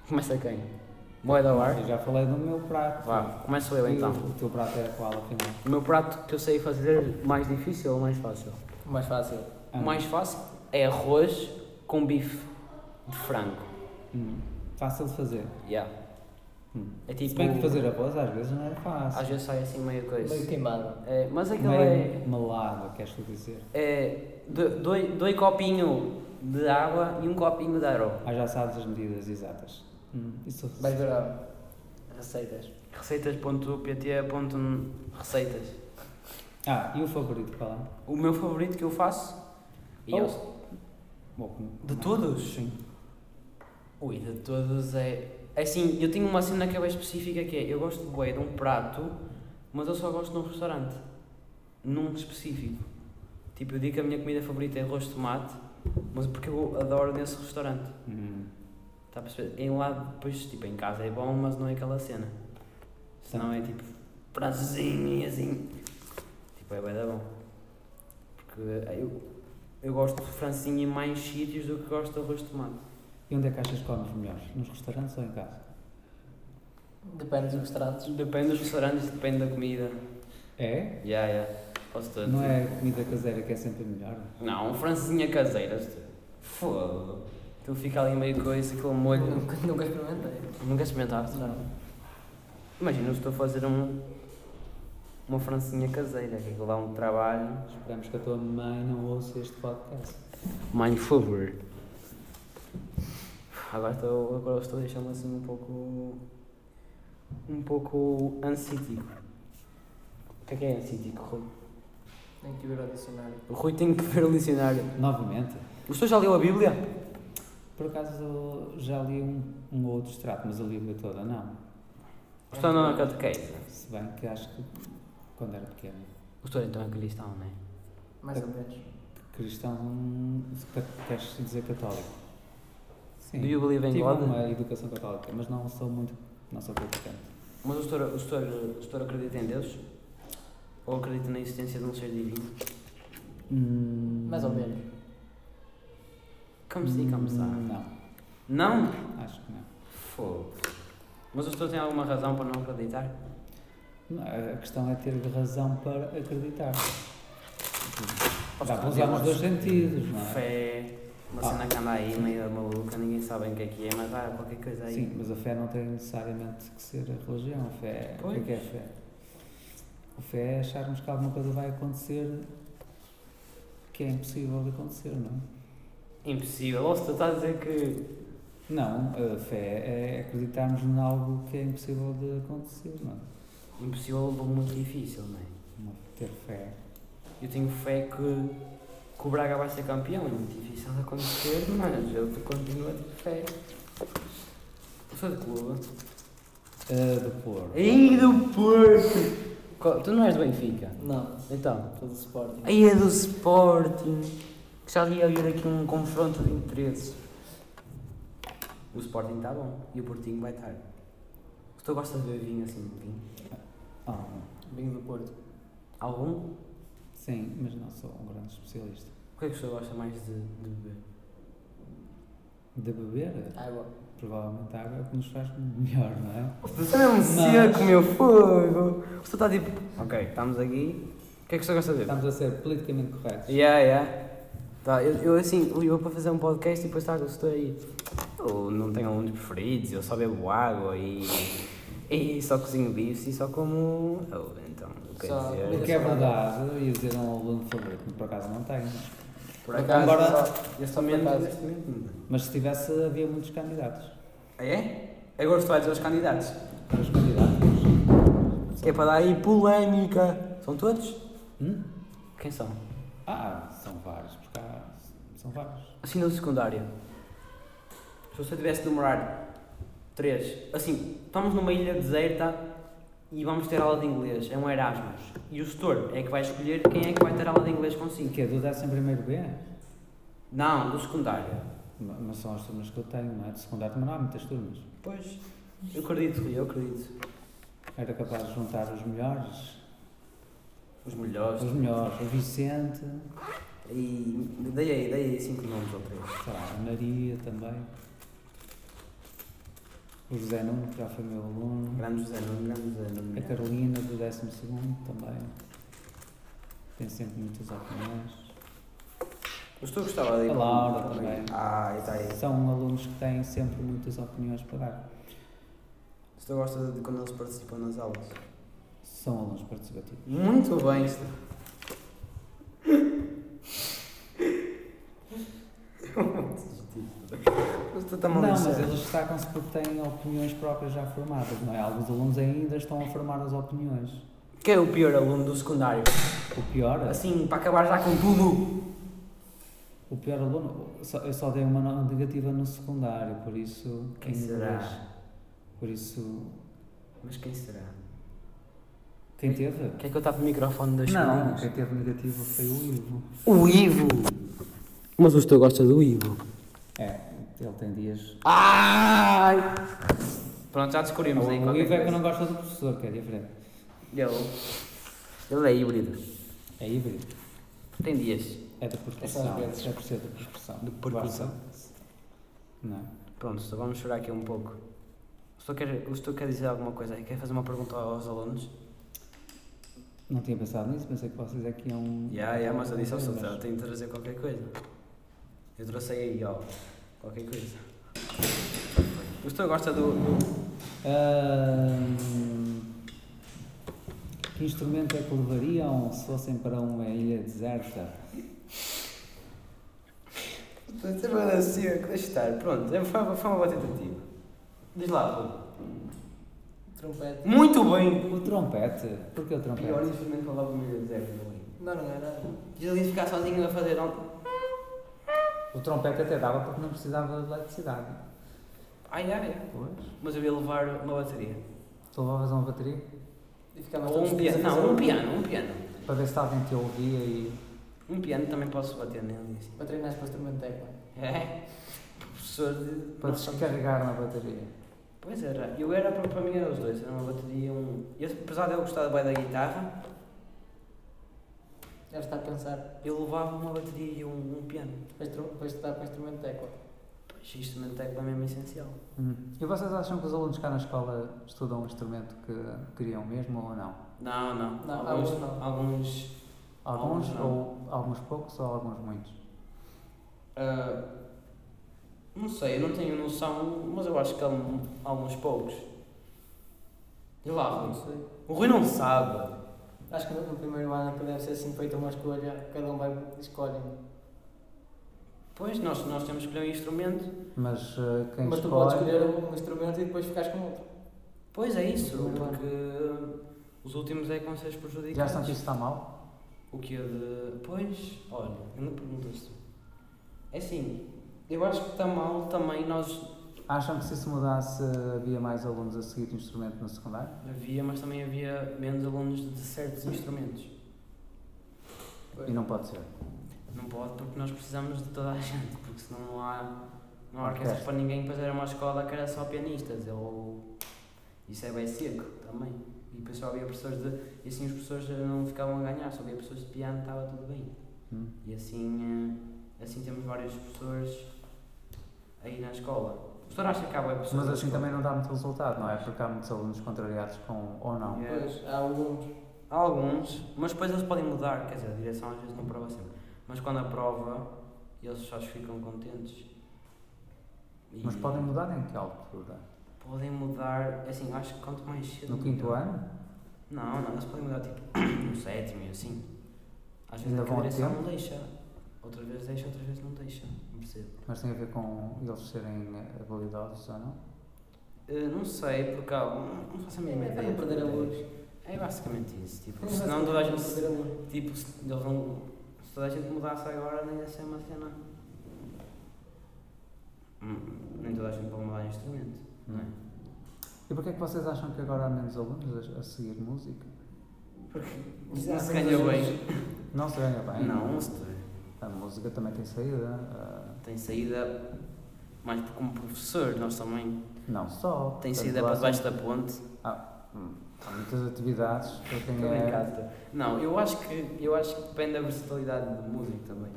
Speaker 1: Começa quem? Moeda ao ar?
Speaker 2: Eu já falei do meu prato.
Speaker 1: Vá, começo eu
Speaker 2: E
Speaker 1: então.
Speaker 2: O, o teu prato era qual, afinal?
Speaker 1: O meu prato que eu sei fazer mais difícil ou mais fácil?
Speaker 3: O mais fácil.
Speaker 2: Ah.
Speaker 1: O mais fácil é arroz com bife de frango.
Speaker 2: Hum. Fácil de fazer.
Speaker 1: Yeah.
Speaker 2: Hum.
Speaker 1: É
Speaker 2: Se
Speaker 1: tipo.
Speaker 2: bem que fazer a voz às vezes não é fácil.
Speaker 1: Às vezes sai assim meio coisa.
Speaker 3: Meio queimado.
Speaker 1: É, mas aquele é.
Speaker 2: Meio malado, queres tu dizer?
Speaker 1: é do- doi, doi copinho de água e um copinho de arroz.
Speaker 2: Ah, já sabes as medidas exatas. Hum. Isso
Speaker 3: Vais ver ah, receitas.
Speaker 1: Receitas.pt.receitas.
Speaker 2: Ah, e o favorito qual é?
Speaker 1: O meu favorito que eu faço. E
Speaker 2: Oh.
Speaker 1: eu-
Speaker 2: Bom, é?
Speaker 1: De
Speaker 2: não-
Speaker 1: todos?
Speaker 2: Sim.
Speaker 1: Ui, de todos é. é Assim, eu tenho uma cena que é bem específica que é: eu gosto de bué de um prato, mas eu só gosto num restaurante. Num específico. Tipo, eu digo que a minha comida favorita é arroz de tomate, mas porque eu adoro nesse restaurante.
Speaker 2: Hum.
Speaker 1: Tá a perceber? Em lado, depois, tipo, em casa é bom, mas não é aquela cena. Senão é tipo, prazinho e assim. Tipo, é bem da bom. Porque eh, eu, eu gosto de francinha em mais sítios do que gosto de arroz de tomate.
Speaker 2: E onde é que achas que comes melhores? Nos restaurantes ou em casa?
Speaker 3: Depende dos restaurantes.
Speaker 1: Depende dos restaurantes, depende da comida.
Speaker 2: É?
Speaker 1: Ya, ya. Posso tudo.
Speaker 2: Não é comida caseira que é sempre melhor?
Speaker 1: Não, francesinha caseira. Foda. Tu fica ali meio coisa, aquele molho.
Speaker 3: Nunca, nunca experimentei.
Speaker 1: Nunca experimentaste?
Speaker 3: Não.
Speaker 1: Imagina, eu estou a fazer um, uma francinha caseira, que aquilo dá um trabalho.
Speaker 2: Esperamos que a tua mãe não ouça este podcast.
Speaker 1: Mãe, por favor. Agora estou, agora estou deixando assim um pouco. um pouco ansítico. O que é que é ansítico, Rui?
Speaker 3: Tenho que ver ao dicionário.
Speaker 1: O Rui tem que ver o dicionário.
Speaker 2: Novamente,
Speaker 1: O senhor já leu a Bíblia?
Speaker 2: por acaso já li um, um ou outro extrato, mas a Bíblia toda não.
Speaker 1: O senhor não é catequista.
Speaker 2: Se bem que acho que quando era pequeno,
Speaker 1: O senhor então é cristão, não é?
Speaker 3: Mais ou menos.
Speaker 2: cristão, se ca- queres dizer católico. Sim,
Speaker 1: Do you believe in
Speaker 2: tive
Speaker 1: God?
Speaker 2: uma educação católica, mas não sou muito, não sou praticante.
Speaker 1: Mas o senhor, o, senhor, o senhor acredita em Deus? Ou acredita na existência de um ser divino?
Speaker 2: Hum,
Speaker 3: Mais ou menos.
Speaker 1: Como se, como se.
Speaker 2: hum,
Speaker 1: Não?
Speaker 2: Não, acho que não.
Speaker 1: Fogo. Mas o senhor tem alguma razão para não acreditar?
Speaker 2: Não, A questão é ter razão para acreditar. Dá para usar
Speaker 1: dizer
Speaker 2: nos
Speaker 1: uma
Speaker 2: dois sentidos, não é?
Speaker 1: Fé, uma
Speaker 2: Ah.
Speaker 1: cena que anda aí meio maluca, ninguém sabe bem o que é que é, mas há qualquer coisa aí.
Speaker 2: Sim, mas a fé não tem necessariamente que ser a religião. A fé, o que é que é a fé? A fé é acharmos que alguma coisa vai acontecer que é impossível de acontecer, não é?
Speaker 1: Impossível. Ou se tu estás a dizer que.
Speaker 2: Não, a fé é acreditarmos em algo que é impossível de acontecer, não é?
Speaker 1: Impossível é algo muito difícil, não é?
Speaker 2: Não Ter fé.
Speaker 1: Eu tenho fé que, que o Braga vai ser campeão. É muito difícil de acontecer, mas eu continuo a ter fé. Eu sou de clube.
Speaker 2: Uh, do Porto.
Speaker 1: Aí do Porto! Qual- Tu não és do Benfica?
Speaker 3: Não.
Speaker 1: Então.
Speaker 3: Todo o Sporting.
Speaker 1: Aí é do Sporting. Que já ia haver aqui um confronto de interesses. O Sporting está bom e o Portinho vai estar. Se tu gostas de beber vinho assim, vinho?
Speaker 2: Ah,
Speaker 3: Vinho do Porto.
Speaker 1: Algum?
Speaker 2: sim, mas não sou um grande especialista.
Speaker 1: O que é que o senhor gosta mais de, de beber?
Speaker 2: De beber?
Speaker 3: Água.
Speaker 2: Provavelmente a água é o que nos faz melhor, não é?
Speaker 1: Você é um
Speaker 2: seco,
Speaker 1: meu fogo! O senhor está tipo. Ok, estamos aqui. O que é que o senhor gosta de beber?
Speaker 2: Estamos a ser politicamente corretos.
Speaker 1: Yeah, yeah. Tá, eu, eu assim, eu para fazer um podcast e depois está com o setor aí. Eu não tenho alunos preferidos, eu só bebo água e. E só cozinho bife e só como. Oh, então, quer
Speaker 3: Só
Speaker 1: dizer.
Speaker 2: O que é verdade, eu ia dizer um aluno favorito, mas por acaso não é? tenho.
Speaker 1: Por
Speaker 2: acaso, Embora-
Speaker 1: Neste
Speaker 3: por
Speaker 1: momento.
Speaker 3: acaso.
Speaker 1: neste momento não tem.
Speaker 2: Mas se tivesse, havia muitos candidatos.
Speaker 1: É? Agora tu vais dizer os candidatos.
Speaker 2: Os candidatos.
Speaker 1: Que é para dar aí polémica. São todos?
Speaker 2: Hum?
Speaker 1: Quem são?
Speaker 2: Ah, são vários, porque há, são vários.
Speaker 1: Assim do secundário. Se você tivesse de demorar três, assim, estamos numa ilha deserta e vamos ter aula de inglês, é um Erasmus. E o setor é que vai escolher quem é que vai ter aula de inglês
Speaker 2: E
Speaker 1: consigo.
Speaker 2: que é do 11 primeiro B?
Speaker 1: Não, do secundário.
Speaker 2: Ma- Mas são as turmas que eu tenho, não é? De secundário também não há muitas turmas.
Speaker 1: Pois. Eu acredito, Rui, eu acredito.
Speaker 2: Era capaz de juntar os melhores,
Speaker 1: Os melhores.
Speaker 2: os melhores, o Vicente,
Speaker 1: E dei aí, dei aí cinco nomes ou três.
Speaker 2: sei lá, a Maria também. O José Nuno, que já foi meu aluno.
Speaker 1: Grande José Nuno, grande José Nuno.
Speaker 2: A Carolina do 12 também. Tem sempre muitas opiniões.
Speaker 1: O setor gostava de
Speaker 2: A Laura também.
Speaker 1: Ah, e está aí.
Speaker 2: São alunos que têm sempre muitas opiniões para dar.
Speaker 1: Se tu gostas de quando eles participam nas aulas?
Speaker 2: São alunos participativos.
Speaker 1: Muito bem, isto. Mas tu também
Speaker 2: Não, mas
Speaker 1: lixado.
Speaker 2: eles destacam-se porque têm opiniões próprias já formadas, não é? Alguns alunos ainda estão a formar as opiniões.
Speaker 1: Quem é o pior aluno do secundário?
Speaker 2: O pior,
Speaker 1: Assim, para acabar já com tudo.
Speaker 2: o pior aluno, só- eu só dei uma nota negativa no secundário, por isso.
Speaker 1: Quem
Speaker 2: em
Speaker 1: será?
Speaker 2: inglês. Por isso.
Speaker 1: Mas quem será?
Speaker 2: Quem teve?
Speaker 1: Quer que eu tape o microfone das
Speaker 2: não,
Speaker 1: colegas?
Speaker 2: quem teve negativo foi o Ivo.
Speaker 1: O Ivo! Mas o Estou gosta do Ivo.
Speaker 2: É, ele tem dias.
Speaker 1: Ai! Pronto, já descobrimos aí
Speaker 2: o
Speaker 1: qualquer
Speaker 2: Ivo é que
Speaker 1: coisa.
Speaker 2: não gosta do professor, que é diferente.
Speaker 1: Ele... Ele é híbrido.
Speaker 2: É híbrido.
Speaker 1: Tem dias.
Speaker 2: É da
Speaker 3: É só às
Speaker 2: proporção.
Speaker 3: vezes.
Speaker 2: É por ser da proporção.
Speaker 1: De proporção.
Speaker 2: Não. é?
Speaker 1: Pronto, só vamos chorar aqui um pouco. O senhor quer, o senhor quer dizer alguma coisa? aí? Quer fazer uma pergunta aos alunos?
Speaker 2: Não tinha pensado nisso, pensei que vocês aqui é um.
Speaker 1: Já, já, mas eu disse ao Sultão, tenho de trazer qualquer coisa. Eu trouxe aí, ó, qualquer coisa. O senhor gosta do... do-
Speaker 2: Ahm, que instrumento é que levariam se fossem para uma ilha deserta?
Speaker 1: Você vai assim, deixa estar, pronto, é- foi, foi uma boa tentativa. Diz lá, Lu.
Speaker 3: Trompete.
Speaker 1: Muito bem!
Speaker 2: O trompete. Porquê o
Speaker 1: Pior
Speaker 2: trompete?
Speaker 1: instrumento para logo me dizer, não é?
Speaker 3: Não, não é nada.
Speaker 1: Diz ele ficar sozinho a fazer ontem.
Speaker 2: O trompete até dava porque não precisava de eletricidade.
Speaker 1: Ai, ai,
Speaker 2: Pois.
Speaker 1: mas eu ia levar uma bateria.
Speaker 2: Tu levavas uma bateria
Speaker 3: E ficava
Speaker 1: Ou um piano, não, um piano, um piano.
Speaker 2: para ver se alguém te ouvia e.
Speaker 1: Um piano também posso bater nele. assim.
Speaker 3: Para treinar para o instrumento de tecla.
Speaker 1: É? Professor de.
Speaker 2: para descarregar na bateria.
Speaker 1: Pois era, eu era para, para mim era os dois, era uma bateria e um. Eu, apesar de eu gostar bem da guitarra,
Speaker 3: Já está a pensar.
Speaker 1: eu levava uma bateria e um, um piano.
Speaker 3: Vais tru- vais estudar para o instrumento de tecla.
Speaker 1: Pois isto também tem que é mesmo essencial.
Speaker 2: E vocês acham que os alunos cá na escola estudam um instrumento que queriam mesmo ou não?
Speaker 1: Não, não.
Speaker 3: Não,
Speaker 1: alguns,
Speaker 3: alguns não.
Speaker 1: alguns,
Speaker 2: Alguns,
Speaker 1: Alguns não.
Speaker 2: ou alguns poucos ou alguns muitos?
Speaker 1: ah, não sei, eu não tenho noção, mas eu acho que há um- alguns poucos. E lá,
Speaker 3: Não
Speaker 1: Rui?
Speaker 3: sei.
Speaker 1: O Rui não sabe.
Speaker 3: Acho que no no primeiro ano que deve ser assim feita uma escolha, cada um vai escolhe.
Speaker 1: Pois, nós, nós temos que escolher um instrumento.
Speaker 2: Mas eh, quem
Speaker 3: Mas tu
Speaker 2: escolhe...
Speaker 3: podes escolher um instrumento e depois ficares com outro.
Speaker 1: Pois é isso,
Speaker 3: Muito bem.
Speaker 1: porque os últimos é que vão ser os
Speaker 2: Já
Speaker 1: prejudicados.
Speaker 2: acham que isso está mal?
Speaker 1: O que é de. Pois, olha, ainda perguntas-te. É assim, eu acho que está mal também nós.
Speaker 2: Acham que se isso mudasse havia mais alunos a seguir o instrumento no secundário?
Speaker 1: Havia, mas também havia menos alunos de certos instrumentos.
Speaker 2: E não pode ser.
Speaker 1: Não pode, porque nós precisamos de toda a gente, porque senão não há. Não há orquestra
Speaker 2: Orquestra.
Speaker 1: para ninguém, depois era uma escola que era só pianistas, ou. Isso é bem seco também. E depois só havia professores de. E assim os professores não ficavam a ganhar, só havia pessoas de piano, estava tudo bem.
Speaker 2: Hum.
Speaker 1: E assim, eh, assim temos vários professores aí na escola. O professor acha que há boas pessoas.
Speaker 2: Mas
Speaker 1: na
Speaker 2: assim
Speaker 1: escola?
Speaker 2: também não dá muito resultado, não é? Porque há muitos alunos contrariados com ou não.
Speaker 1: É.
Speaker 3: Pois, há um alguns.
Speaker 1: Há alguns, mas depois eles podem mudar, quer dizer, a direção às vezes não prova sempre. Mas quando aprova, eles só ficam contentes. E
Speaker 2: Mas podem mudar em que altura?
Speaker 1: Podem mudar, assim, acho que quanto mais cedo.
Speaker 2: No quinto
Speaker 1: melhor.
Speaker 2: ano?
Speaker 1: Não, não, eles podem mudar tipo no sétimo e assim. Às vezes
Speaker 2: Ainda
Speaker 1: a
Speaker 2: vão a
Speaker 1: direção
Speaker 2: tempo?
Speaker 1: não deixa. Outras vezes deixa, outras vezes não deixa. Não percebo.
Speaker 2: Mas tem a ver com eles serem eh, habilidosos ou não?
Speaker 1: Eh, não sei, porque há, não, não faço a mínima
Speaker 3: É para
Speaker 1: ideia.
Speaker 3: não perder a luz.
Speaker 1: É basicamente isso, tipo,
Speaker 3: Não
Speaker 1: senão
Speaker 3: vai-
Speaker 1: toda a
Speaker 3: não
Speaker 1: gente,
Speaker 3: vai
Speaker 1: se-
Speaker 3: perder a luz.
Speaker 1: tipo, se eles vão, se toda a gente mudasse agora, nem ia ser uma cena. Hum, Nem toda a gente pode mudar instrumento, não é?
Speaker 2: Hum? E porquê é que vocês acham que agora há menos alunos a, a seguir música?
Speaker 1: Não
Speaker 3: Exato.
Speaker 1: se ganha bem.
Speaker 2: Não se ganha bem?
Speaker 1: Não, se-
Speaker 2: A música também tem saída. ah,
Speaker 1: tem saída, mais por- como professor, nós também.
Speaker 2: não só.
Speaker 1: Tem
Speaker 2: Portanto,
Speaker 1: saída
Speaker 2: há
Speaker 1: para
Speaker 2: sempre-
Speaker 1: debaixo da ponte.
Speaker 2: Hum, Há muitas atividades para quem
Speaker 1: Estou em
Speaker 2: é.
Speaker 1: casa. Não, eu acho que, eu acho que depende da versatilidade do músico também.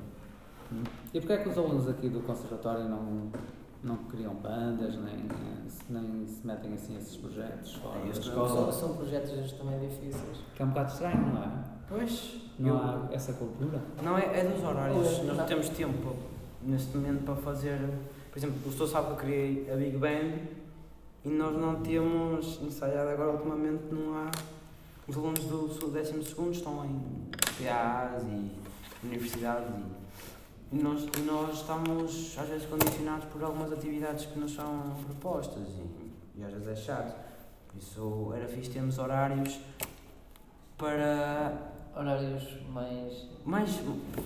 Speaker 2: E porquê é que os alunos aqui do conservatório não, não criam bandas, nem, nem se metem assim a esses projetos fora
Speaker 1: Ah,
Speaker 2: da
Speaker 1: este
Speaker 2: escola?
Speaker 3: São, são projetos hoje também difíceis.
Speaker 2: Que é um bocado estranho, não é?
Speaker 1: Pois,
Speaker 2: Não
Speaker 1: eu-
Speaker 2: há essa cultura.
Speaker 1: Não, é, é dos horários.
Speaker 3: Ou é,
Speaker 1: Nós não
Speaker 3: tá.
Speaker 1: temos tempo neste momento para fazer. Por exemplo, o senhor sabe que eu criei a Big Band E nós não temos ensaiado agora, ultimamente não há. Os alunos do su- 12 segundo estão em PAs e universidades e, e nós, e nós estamos às vezes condicionados por algumas atividades que nos são propostas e, e às vezes é chato. Por Isso era fixe termos horários para
Speaker 3: Horários mais.
Speaker 1: mais,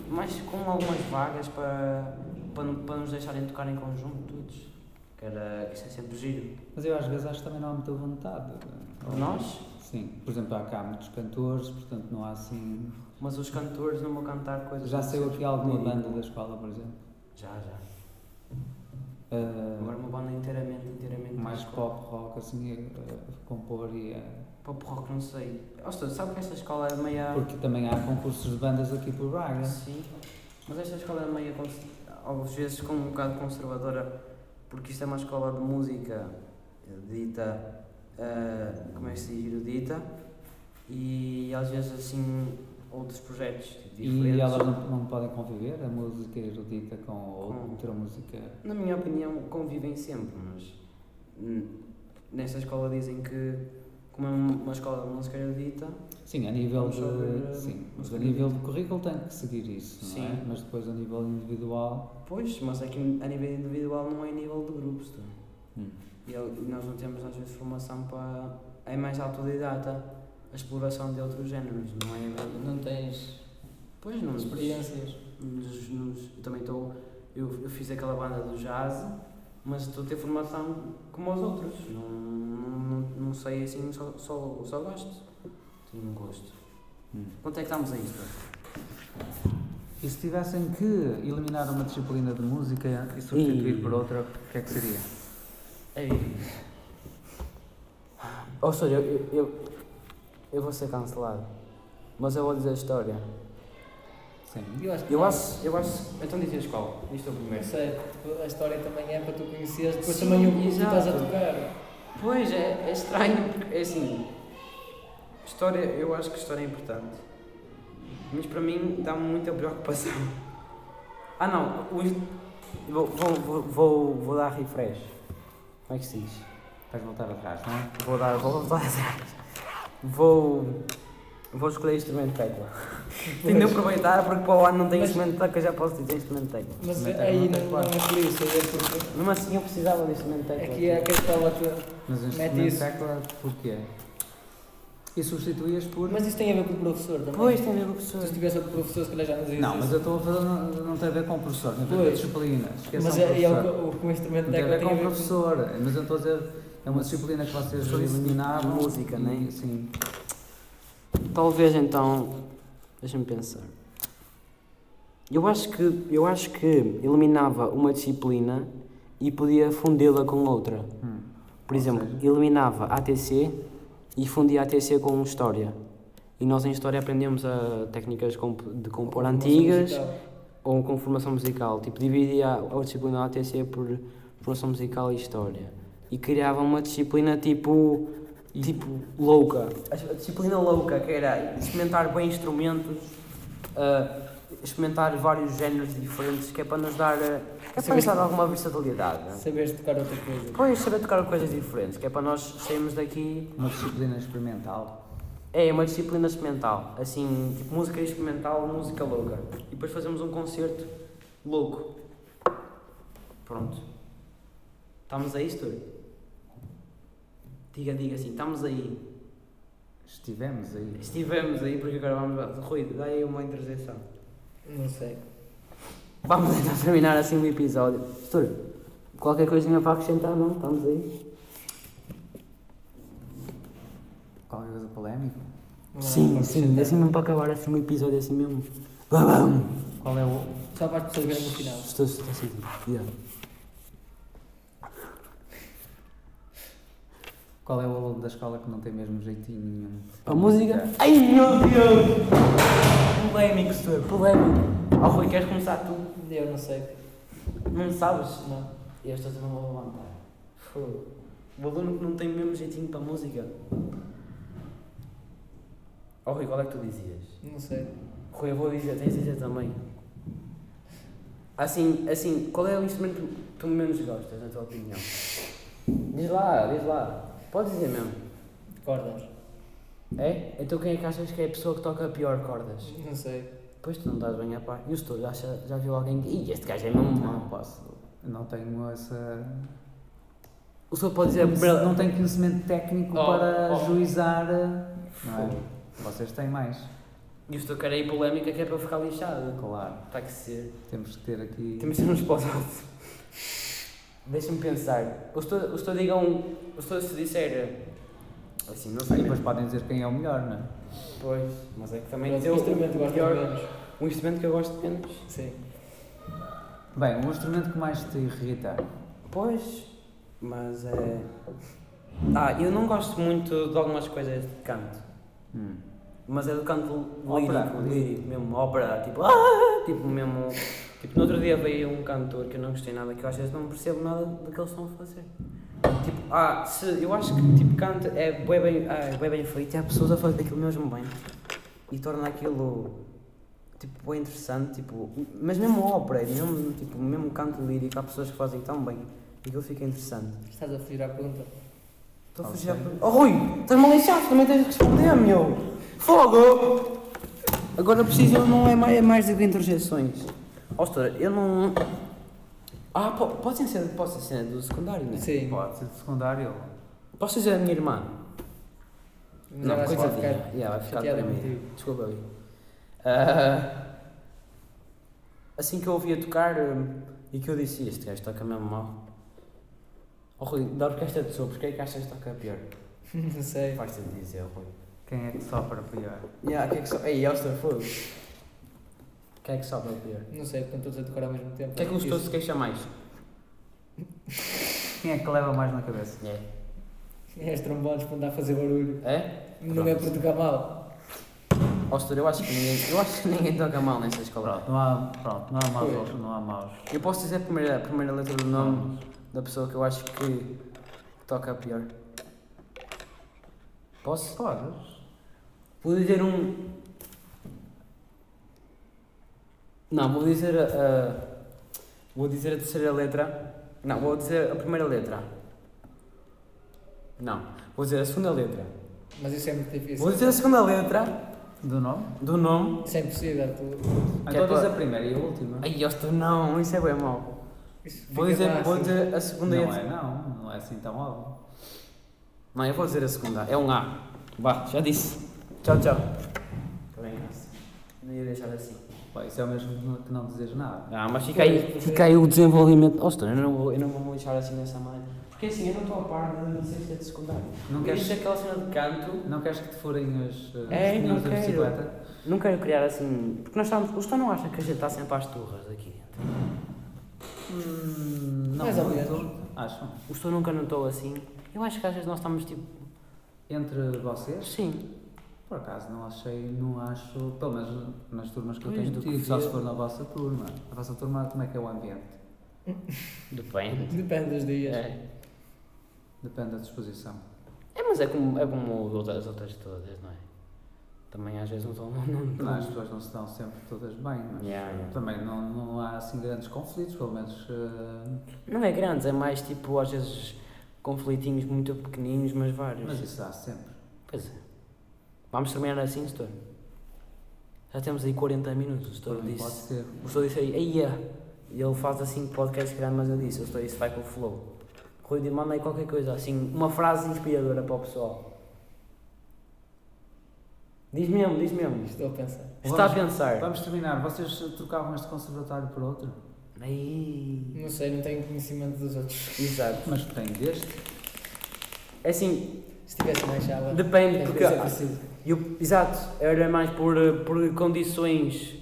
Speaker 1: mais com algumas vagas para, para, no- para nos deixarem tocar em conjunto todos. Que era, isso é sempre giro.
Speaker 2: Mas eu às vezes acho que também não há muita vontade.
Speaker 1: Por nós,
Speaker 2: Sim, por exemplo, há cá muitos cantores, portanto não há assim.
Speaker 1: mas os cantores não vão cantar coisas.
Speaker 2: Já saiu aqui alguma
Speaker 1: comigo.
Speaker 2: banda da escola, por exemplo?
Speaker 1: Já, já.
Speaker 2: Ah,
Speaker 1: Agora uma banda inteiramente, inteiramente.
Speaker 2: mais
Speaker 1: pop.
Speaker 2: pop rock, assim, a, a compor e a...
Speaker 1: Pop rock, não sei. Ou seja, sabe que esta escola é meia.
Speaker 2: Porque também há concursos de bandas aqui por Braga.
Speaker 1: Sim, mas esta escola é meio, cons- às vezes, com um bocado conservadora, porque isto é uma escola de música dita, eh, como é que se diz, erudita, e às vezes, assim, outros projetos tipo, diferentes.
Speaker 2: E elas não, não podem conviver, a música é erudita com
Speaker 1: Com-
Speaker 2: outra música.
Speaker 1: Na minha opinião, convivem sempre, mas hum, nesta escola dizem que, como é uma escola de música erudita,
Speaker 2: Sim, a nível
Speaker 1: Vamos sobre, eh,
Speaker 2: de. Sim, mas a
Speaker 1: música
Speaker 2: nível de currículo tem que seguir isso, não é?
Speaker 1: Sim.
Speaker 2: Mas depois a nível individual.
Speaker 1: pois, mas é que a nível individual não é nível de grupos, tu.
Speaker 2: hum.
Speaker 1: E eu- e nós não temos às vezes formação para. É mais autodidata a exploração de outros géneros, não é?
Speaker 3: Não tens
Speaker 1: Pois não.
Speaker 3: experiências.
Speaker 1: Nos, nos- eu também estou. Eu, eu fiz aquela banda do jazz, mas estou a ter formação como os outros. Não, não, não sei assim, só, só, só gosto. Tenho um gosto.
Speaker 2: Hum.
Speaker 1: Quanto é que estamos a isto?
Speaker 2: E se tivessem que eliminar uma disciplina de música e substituir
Speaker 1: Ih.
Speaker 2: por outra, o que é que seria?
Speaker 1: É Ou seja, Oh, eu, eu, eu vou ser cancelado. Mas eu vou dizer a história.
Speaker 2: Sim.
Speaker 3: Eu acho que.
Speaker 1: Eu acho, eu acho. Então dizias qual? Isto é o
Speaker 3: Não
Speaker 1: primeiro.
Speaker 3: sei, tipo, a história também é para tu conheceres, depois
Speaker 1: Sim,
Speaker 3: também o que tu
Speaker 1: exato.
Speaker 3: estás a tocar.
Speaker 1: Pois é, é estranho porque é assim. História, eu acho que história é importante. Mas para mim dá-me muita preocupação. Ah não, o- vou, vou, vou, vou, vou dar refresh. Como é que se diz?
Speaker 2: Vais voltar atrás, não é?
Speaker 1: Vou dar, vou voltar atrás. Vou. Vou escolher instrumento de tecla. Tenho de aproveitar porque para o ano não tenho
Speaker 3: Mas-
Speaker 1: instrumento de tecla, já posso dizer instrumento de tecla.
Speaker 3: Mas
Speaker 2: Não tem,
Speaker 3: aí
Speaker 2: não
Speaker 3: não,
Speaker 2: tem,
Speaker 3: não é
Speaker 2: claro.
Speaker 3: por isso, aí é porque.
Speaker 1: Mesmo assim eu precisava de instrumento de tecla.
Speaker 3: Aqui é que a escola te...
Speaker 2: Mas o instrumento de
Speaker 3: isso.
Speaker 2: tecla, porquê? E substituías por.
Speaker 3: Mas isso tem a ver com o professor também.
Speaker 1: Pois, tem a ver com o
Speaker 3: Se
Speaker 1: professor.
Speaker 3: tu tivesse outro professor, se calhar já nos
Speaker 2: Não, mas eu estou a falar, não, não tem a ver com o professor, tem a ver com a
Speaker 3: Pois.
Speaker 2: disciplina. Esqueçam
Speaker 3: Mas
Speaker 1: um
Speaker 2: o
Speaker 3: é, é
Speaker 2: professor.
Speaker 3: o, o, o instrumento é
Speaker 2: Não tem a
Speaker 3: tecla
Speaker 2: ver
Speaker 3: tem
Speaker 2: com
Speaker 3: a
Speaker 2: o
Speaker 3: ver
Speaker 2: professor, mas eu estou a dizer, é uma disciplina que vocês
Speaker 1: Por isso,
Speaker 2: eliminaram.
Speaker 1: música,
Speaker 2: e-
Speaker 1: né?
Speaker 2: Sim.
Speaker 1: Talvez então. Deixa-me pensar. Eu acho que eu acho que eliminava uma disciplina e podia fundi-la com outra.
Speaker 2: Hum.
Speaker 1: Por
Speaker 2: Ou
Speaker 1: exemplo,
Speaker 2: seja-
Speaker 1: eliminava ATC e fundia ATC com história. E nós em história aprendemos a técnicas comp- de compor antigas ou com formação musical. Tipo, dividia a a disciplina da ATC por formação musical e história. E criava uma disciplina tipo. tipo. louca. A a disciplina louca, que era experimentar bem instrumentos, ah, experimentar vários géneros diferentes, que é para nos dar. ah, que é para nos dar alguma versatilidade. né?
Speaker 3: Saberes tocar outra coisa.
Speaker 1: Depois saber tocar coisas diferentes, que é para nós sairmos daqui.
Speaker 2: Uma disciplina experimental.
Speaker 1: É uma disciplina experimental, assim, tipo música experimental, música louca. E depois fazemos um concerto louco. Pronto. Estamos aí, Stur? Diga, diga assim, estamos aí.
Speaker 2: Estivemos aí.
Speaker 1: Estivemos aí porque agora vamos. Rui, dá aí uma interjeição.
Speaker 3: Não sei.
Speaker 1: Vamos então terminar assim o episódio. Stur, qualquer coisinha para acrescentar, não? Estamos aí.
Speaker 2: Qualquer coisa polémica?
Speaker 3: Não é há
Speaker 1: Sim,
Speaker 3: para
Speaker 1: sim,
Speaker 3: acrescentar.
Speaker 1: assim mesmo para acabar assim um episódio assim mesmo.
Speaker 2: Qual é o.
Speaker 3: Só para as pessoas verem no final.
Speaker 1: Estou, estou sentindo. Yeah.
Speaker 2: Qual é o aluno da escola que não tem mesmo jeitinho nenhum?
Speaker 1: A música? Ai meu Deus! Polémico, senhor, polémico. Oh Rui, queres começar tu?
Speaker 3: Eu não sei.
Speaker 1: Não sabes?
Speaker 3: Não.
Speaker 1: Eu estou também vou levantar. Fogo. O aluno que não tem mesmo jeitinho para a música. Oh Rui, qual é que tu dizias?
Speaker 3: Não sei.
Speaker 1: Rui, eu vou dizer, tens de dizer também. Assim, assim, qual é o instrumento que tu menos gostas, na tua opinião? Diz lá, diz lá. Pode dizer mesmo.
Speaker 3: Cordas.
Speaker 1: É? Então quem é que achas que é a pessoa que toca pior cordas?
Speaker 3: Não sei.
Speaker 1: Pois tu não estás bem a par. E o Story, acha, já viu alguém que. Ih, este gajo é mesmo mau.
Speaker 2: Não posso. Não tenho essa.
Speaker 1: O senhor pode dizer a primeira.
Speaker 2: Não tenho conhecimento técnico
Speaker 3: Oh,
Speaker 2: para
Speaker 3: oh.
Speaker 2: juizar. eh, Não é? Vocês têm mais.
Speaker 1: E o senhor quer aí polémica que é para eu ficar lixado.
Speaker 2: Claro.
Speaker 1: Está que ser.
Speaker 2: Temos que ter aqui.
Speaker 1: Temos de ser uns para os outros. Deixa-me pensar. O senhor, o senhor diga um. O senhor se disser. Assim, não
Speaker 2: Ah,
Speaker 1: sei.
Speaker 2: e depois podem dizer quem é o melhor, não é?
Speaker 1: Pois, mas é que também
Speaker 3: Mas
Speaker 1: dizer o
Speaker 3: que instrumento
Speaker 1: o
Speaker 3: gostas
Speaker 1: pior-
Speaker 3: menos?
Speaker 1: Um instrumento que eu gosto menos.
Speaker 3: Sim.
Speaker 2: Bem, um instrumento que mais te irrita.
Speaker 1: Pois, mas é. Ah, eu não gosto muito de algumas coisas de canto.
Speaker 2: Hum.
Speaker 1: Mas é do canto
Speaker 2: Ópera.
Speaker 1: lírico, lírico mesmo, ópera, tipo, ah, tipo mesmo. Tipo, no outro dia veio um cantor que eu não gostei nada, que eu às vezes não percebo nada do que eles estão a fazer. Tipo, ah, se, eu acho que tipo, canto é bem, bem, ah, é bué bem feito e há pessoas a fazer aquilo mesmo bem. E torna aquilo, tipo, bem interessante, tipo, mas mesmo ópera, mesmo, tipo, mesmo canto lírico, há pessoas que fazem tão bem e aquilo fica interessante.
Speaker 3: Estás a fugir à pergunta.
Speaker 1: Estou a
Speaker 2: Ah,
Speaker 1: fugir à
Speaker 2: sério?
Speaker 1: pergunta. Oh, Rui, estás-me a lixar, também tens de responder, meu. Fogo! Agora preciso, não é mais, é mais de 20 rejeições. Ostra, eu não. Ah, po pode ser, posso ser do secundário, não é?
Speaker 3: Sim.
Speaker 2: Pode ser de secundário.
Speaker 1: Posso dizer a minha irmã? Não,
Speaker 3: vais
Speaker 1: coitadinha.
Speaker 3: ficar
Speaker 1: Yeah, vai ficar
Speaker 3: chateada
Speaker 1: deprimida.
Speaker 3: contigo.
Speaker 1: Desculpa, Bia. Ah, assim que eu ouvia tocar hum, e que eu disse, este gajo toca mesmo mal. Oh Rui, da orquestra de sopros, quem é que achas que toca pior?
Speaker 3: Não sei.
Speaker 1: Faz-te É dizer, Rui.
Speaker 2: Quem é que sopra pior?
Speaker 1: Yeah, que é que so... Ei, Elster, fogo. Quem é que sobe o pior?
Speaker 3: Não sei, porque estão todos a decorar ao mesmo tempo.
Speaker 1: O que é que o gestor se
Speaker 3: Isso.
Speaker 1: queixa mais?
Speaker 2: Quem é que leva mais na cabeça?
Speaker 1: É?
Speaker 3: É as trombones para andar a fazer barulho.
Speaker 1: É?
Speaker 3: Não é por tocar mal.
Speaker 1: Ostor, eu acho que ninguém, eu acho que ninguém toca mal nessa escola.
Speaker 2: Pronto, não há, pronto, não há maus,
Speaker 3: Pois.
Speaker 2: não há maus.
Speaker 1: Eu posso dizer a primeira, a primeira letra do nome da pessoa que eu acho que toca pior. Posso?
Speaker 2: Podes.
Speaker 1: Vou dizer um. Não, vou dizer a. a- Vou dizer a terceira letra. Não, vou dizer a primeira letra. Não, vou dizer a segunda letra.
Speaker 3: Mas isso é muito difícil.
Speaker 1: Vou dizer a segunda letra
Speaker 2: Do nome?
Speaker 1: do nome.
Speaker 3: Isso é impossível. Tu...
Speaker 1: Que
Speaker 2: então
Speaker 1: é
Speaker 2: diz
Speaker 1: para-
Speaker 2: a primeira e a última.
Speaker 1: Ai, Osto, não, isso é bem mau.
Speaker 3: Isso
Speaker 1: Vou
Speaker 3: fica
Speaker 1: dizer,
Speaker 3: fácil.
Speaker 1: vou dizer a segunda
Speaker 2: não
Speaker 1: e a
Speaker 2: é não, não é assim tão óbvio.
Speaker 1: Não, eu vou dizer a segunda. É um A. Vá, já disse. Tá Tchau, tchau. Não ia deixar assim.
Speaker 2: Pá, isso é o mesmo que não dizes nada.
Speaker 1: Ah, mas fica aí, fica aí o desenvolvimento. Oh, Stone, eu não vou, eu não vou me lixar assim nessa maneira. Porque assim, eu não estou a par da sexta de secundário.
Speaker 2: Não
Speaker 1: quero
Speaker 2: queres-
Speaker 1: ser aquela cena de canto.
Speaker 2: Não queres que te forem as, eh, os
Speaker 1: É, não
Speaker 2: pneus da
Speaker 1: quero.
Speaker 2: bicicleta?
Speaker 1: Não quero criar assim. Porque nós estamos. O Stone não acha que a gente está sempre às turras aqui dentro.
Speaker 2: Hum, não
Speaker 3: Mais ou
Speaker 2: muito.
Speaker 3: menos.
Speaker 2: Acham?
Speaker 1: O Stone nunca notou assim. Eu acho que às vezes nós estamos tipo.
Speaker 2: Entre vocês,
Speaker 1: Sim.
Speaker 2: por acaso não achei, não acho, pelo menos nas turmas que eu
Speaker 1: Pois,
Speaker 2: tenho
Speaker 1: do que
Speaker 2: tido, só se
Speaker 1: vi.
Speaker 2: for na vossa turma. A vossa turma, como é que é o ambiente?
Speaker 1: Depende.
Speaker 3: Depende dos dias.
Speaker 1: É.
Speaker 2: Depende da disposição.
Speaker 1: É, mas é como, é como as outras- as outras todas, não é? Também às vezes não estão. Não, não,
Speaker 2: Não, as pessoas não se dão sempre todas bem, é? mas
Speaker 1: Yeah, yeah.
Speaker 2: também não, não há assim grandes conflitos, pelo menos. eh,
Speaker 1: não é grandes, é mais tipo às vezes conflitinhos muito pequeninos, mas vários.
Speaker 2: mas isso há sempre.
Speaker 1: Pois é. Vamos terminar assim, Stor? Já temos aí 40 minutos, o Stor
Speaker 2: Também Pode
Speaker 1: disse.
Speaker 2: ser.
Speaker 1: O Stor disse aí, eia! E ele faz assim podcast grande, mas eu disse, o Stor disse vai com o flow. Rui, de- manda aí qualquer coisa, assim, uma frase inspiradora para o pessoal. Diz mesmo, diz mesmo.
Speaker 3: Estou a pensar.
Speaker 1: Está a
Speaker 3: É.
Speaker 1: pensar.
Speaker 2: Vamos terminar. Vocês trocavam este conservatório por outro?
Speaker 1: Aí.
Speaker 3: Não sei, não tenho conhecimento dos outros.
Speaker 1: Exato.
Speaker 2: Mas tem deste?
Speaker 1: É assim,
Speaker 3: Se tivesse mais chava.
Speaker 1: depende,
Speaker 3: tem que
Speaker 1: porque.
Speaker 3: ser preciso.
Speaker 1: eu- exato, era mais por, eh, por condições.
Speaker 2: O Que é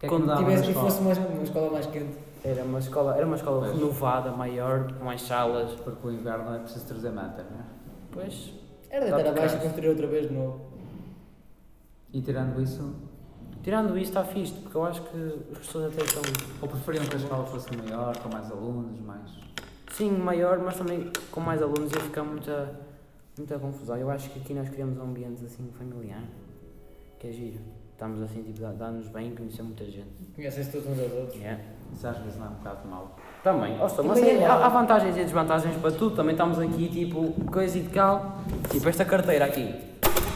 Speaker 2: que
Speaker 1: Quando
Speaker 2: mudava na
Speaker 3: Tivesse que
Speaker 2: escola?
Speaker 3: fosse mais, uma escola mais quente.
Speaker 1: Era uma escola, era uma escola
Speaker 2: Pois.
Speaker 1: renovada, maior, com mais salas.
Speaker 2: Porque o inverno é preciso trazer manta, não é?
Speaker 1: Pois.
Speaker 3: Era
Speaker 1: Tá
Speaker 3: deitar abaixo e
Speaker 1: bocado.
Speaker 3: construir outra vez de novo.
Speaker 2: E tirando isso,
Speaker 1: Tirando isso, está fixe, porque eu acho que as pessoas até estão.
Speaker 2: ou preferiam que a escola fosse maior, com mais alunos, mais.
Speaker 1: Sim, maior, mas também com mais alunos ia ficar muita, muita confusão. Eu acho que aqui nós criamos um ambiente assim familiar, que é giro. Estamos assim, tipo, dá- dá-nos bem, conhecer muita gente.
Speaker 3: Conhecem-se todos uns aos outros.
Speaker 1: Yeah.
Speaker 2: Isso às vezes não é um bocado mau.
Speaker 1: Também, ó, só, mas
Speaker 3: Também
Speaker 1: é-
Speaker 3: é
Speaker 1: há,
Speaker 3: mau.
Speaker 1: há vantagens e desvantagens para tudo. Também estamos aqui, tipo, coisa e de cal. Tipo, esta carteira aqui.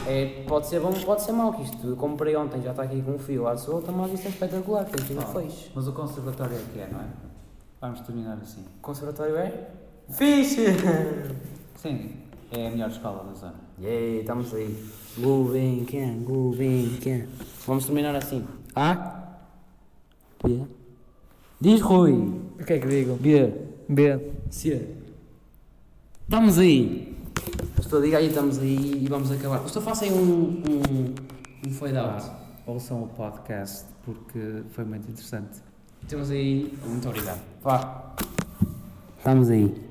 Speaker 1: É, pode ser bom, pode ser mau, que isto eu comprei ontem, já está aqui com um fio à solta, mas isto é espetacular, tem tudo
Speaker 2: Bom,
Speaker 1: fez.
Speaker 2: Mas o conservatório é que é, não é? Vamos terminar assim.
Speaker 1: Conservatório é? Fixe!
Speaker 2: Sim, é a melhor escola da zona.
Speaker 1: Yay, estamos aí. Gulbenkian, Gulbenkian. Vamos terminar assim. A. B. Diz Rui.
Speaker 3: O que é que digo?
Speaker 1: B.
Speaker 3: B.
Speaker 1: C. Estamos aí. Estou a ligar e estamos aí e vamos acabar. Estou faça aí um, um, um fade out.
Speaker 2: Ouçam o podcast porque foi muito interessante.
Speaker 1: Temos aí. Muito obrigado.
Speaker 2: Vá.
Speaker 1: Estamos aí.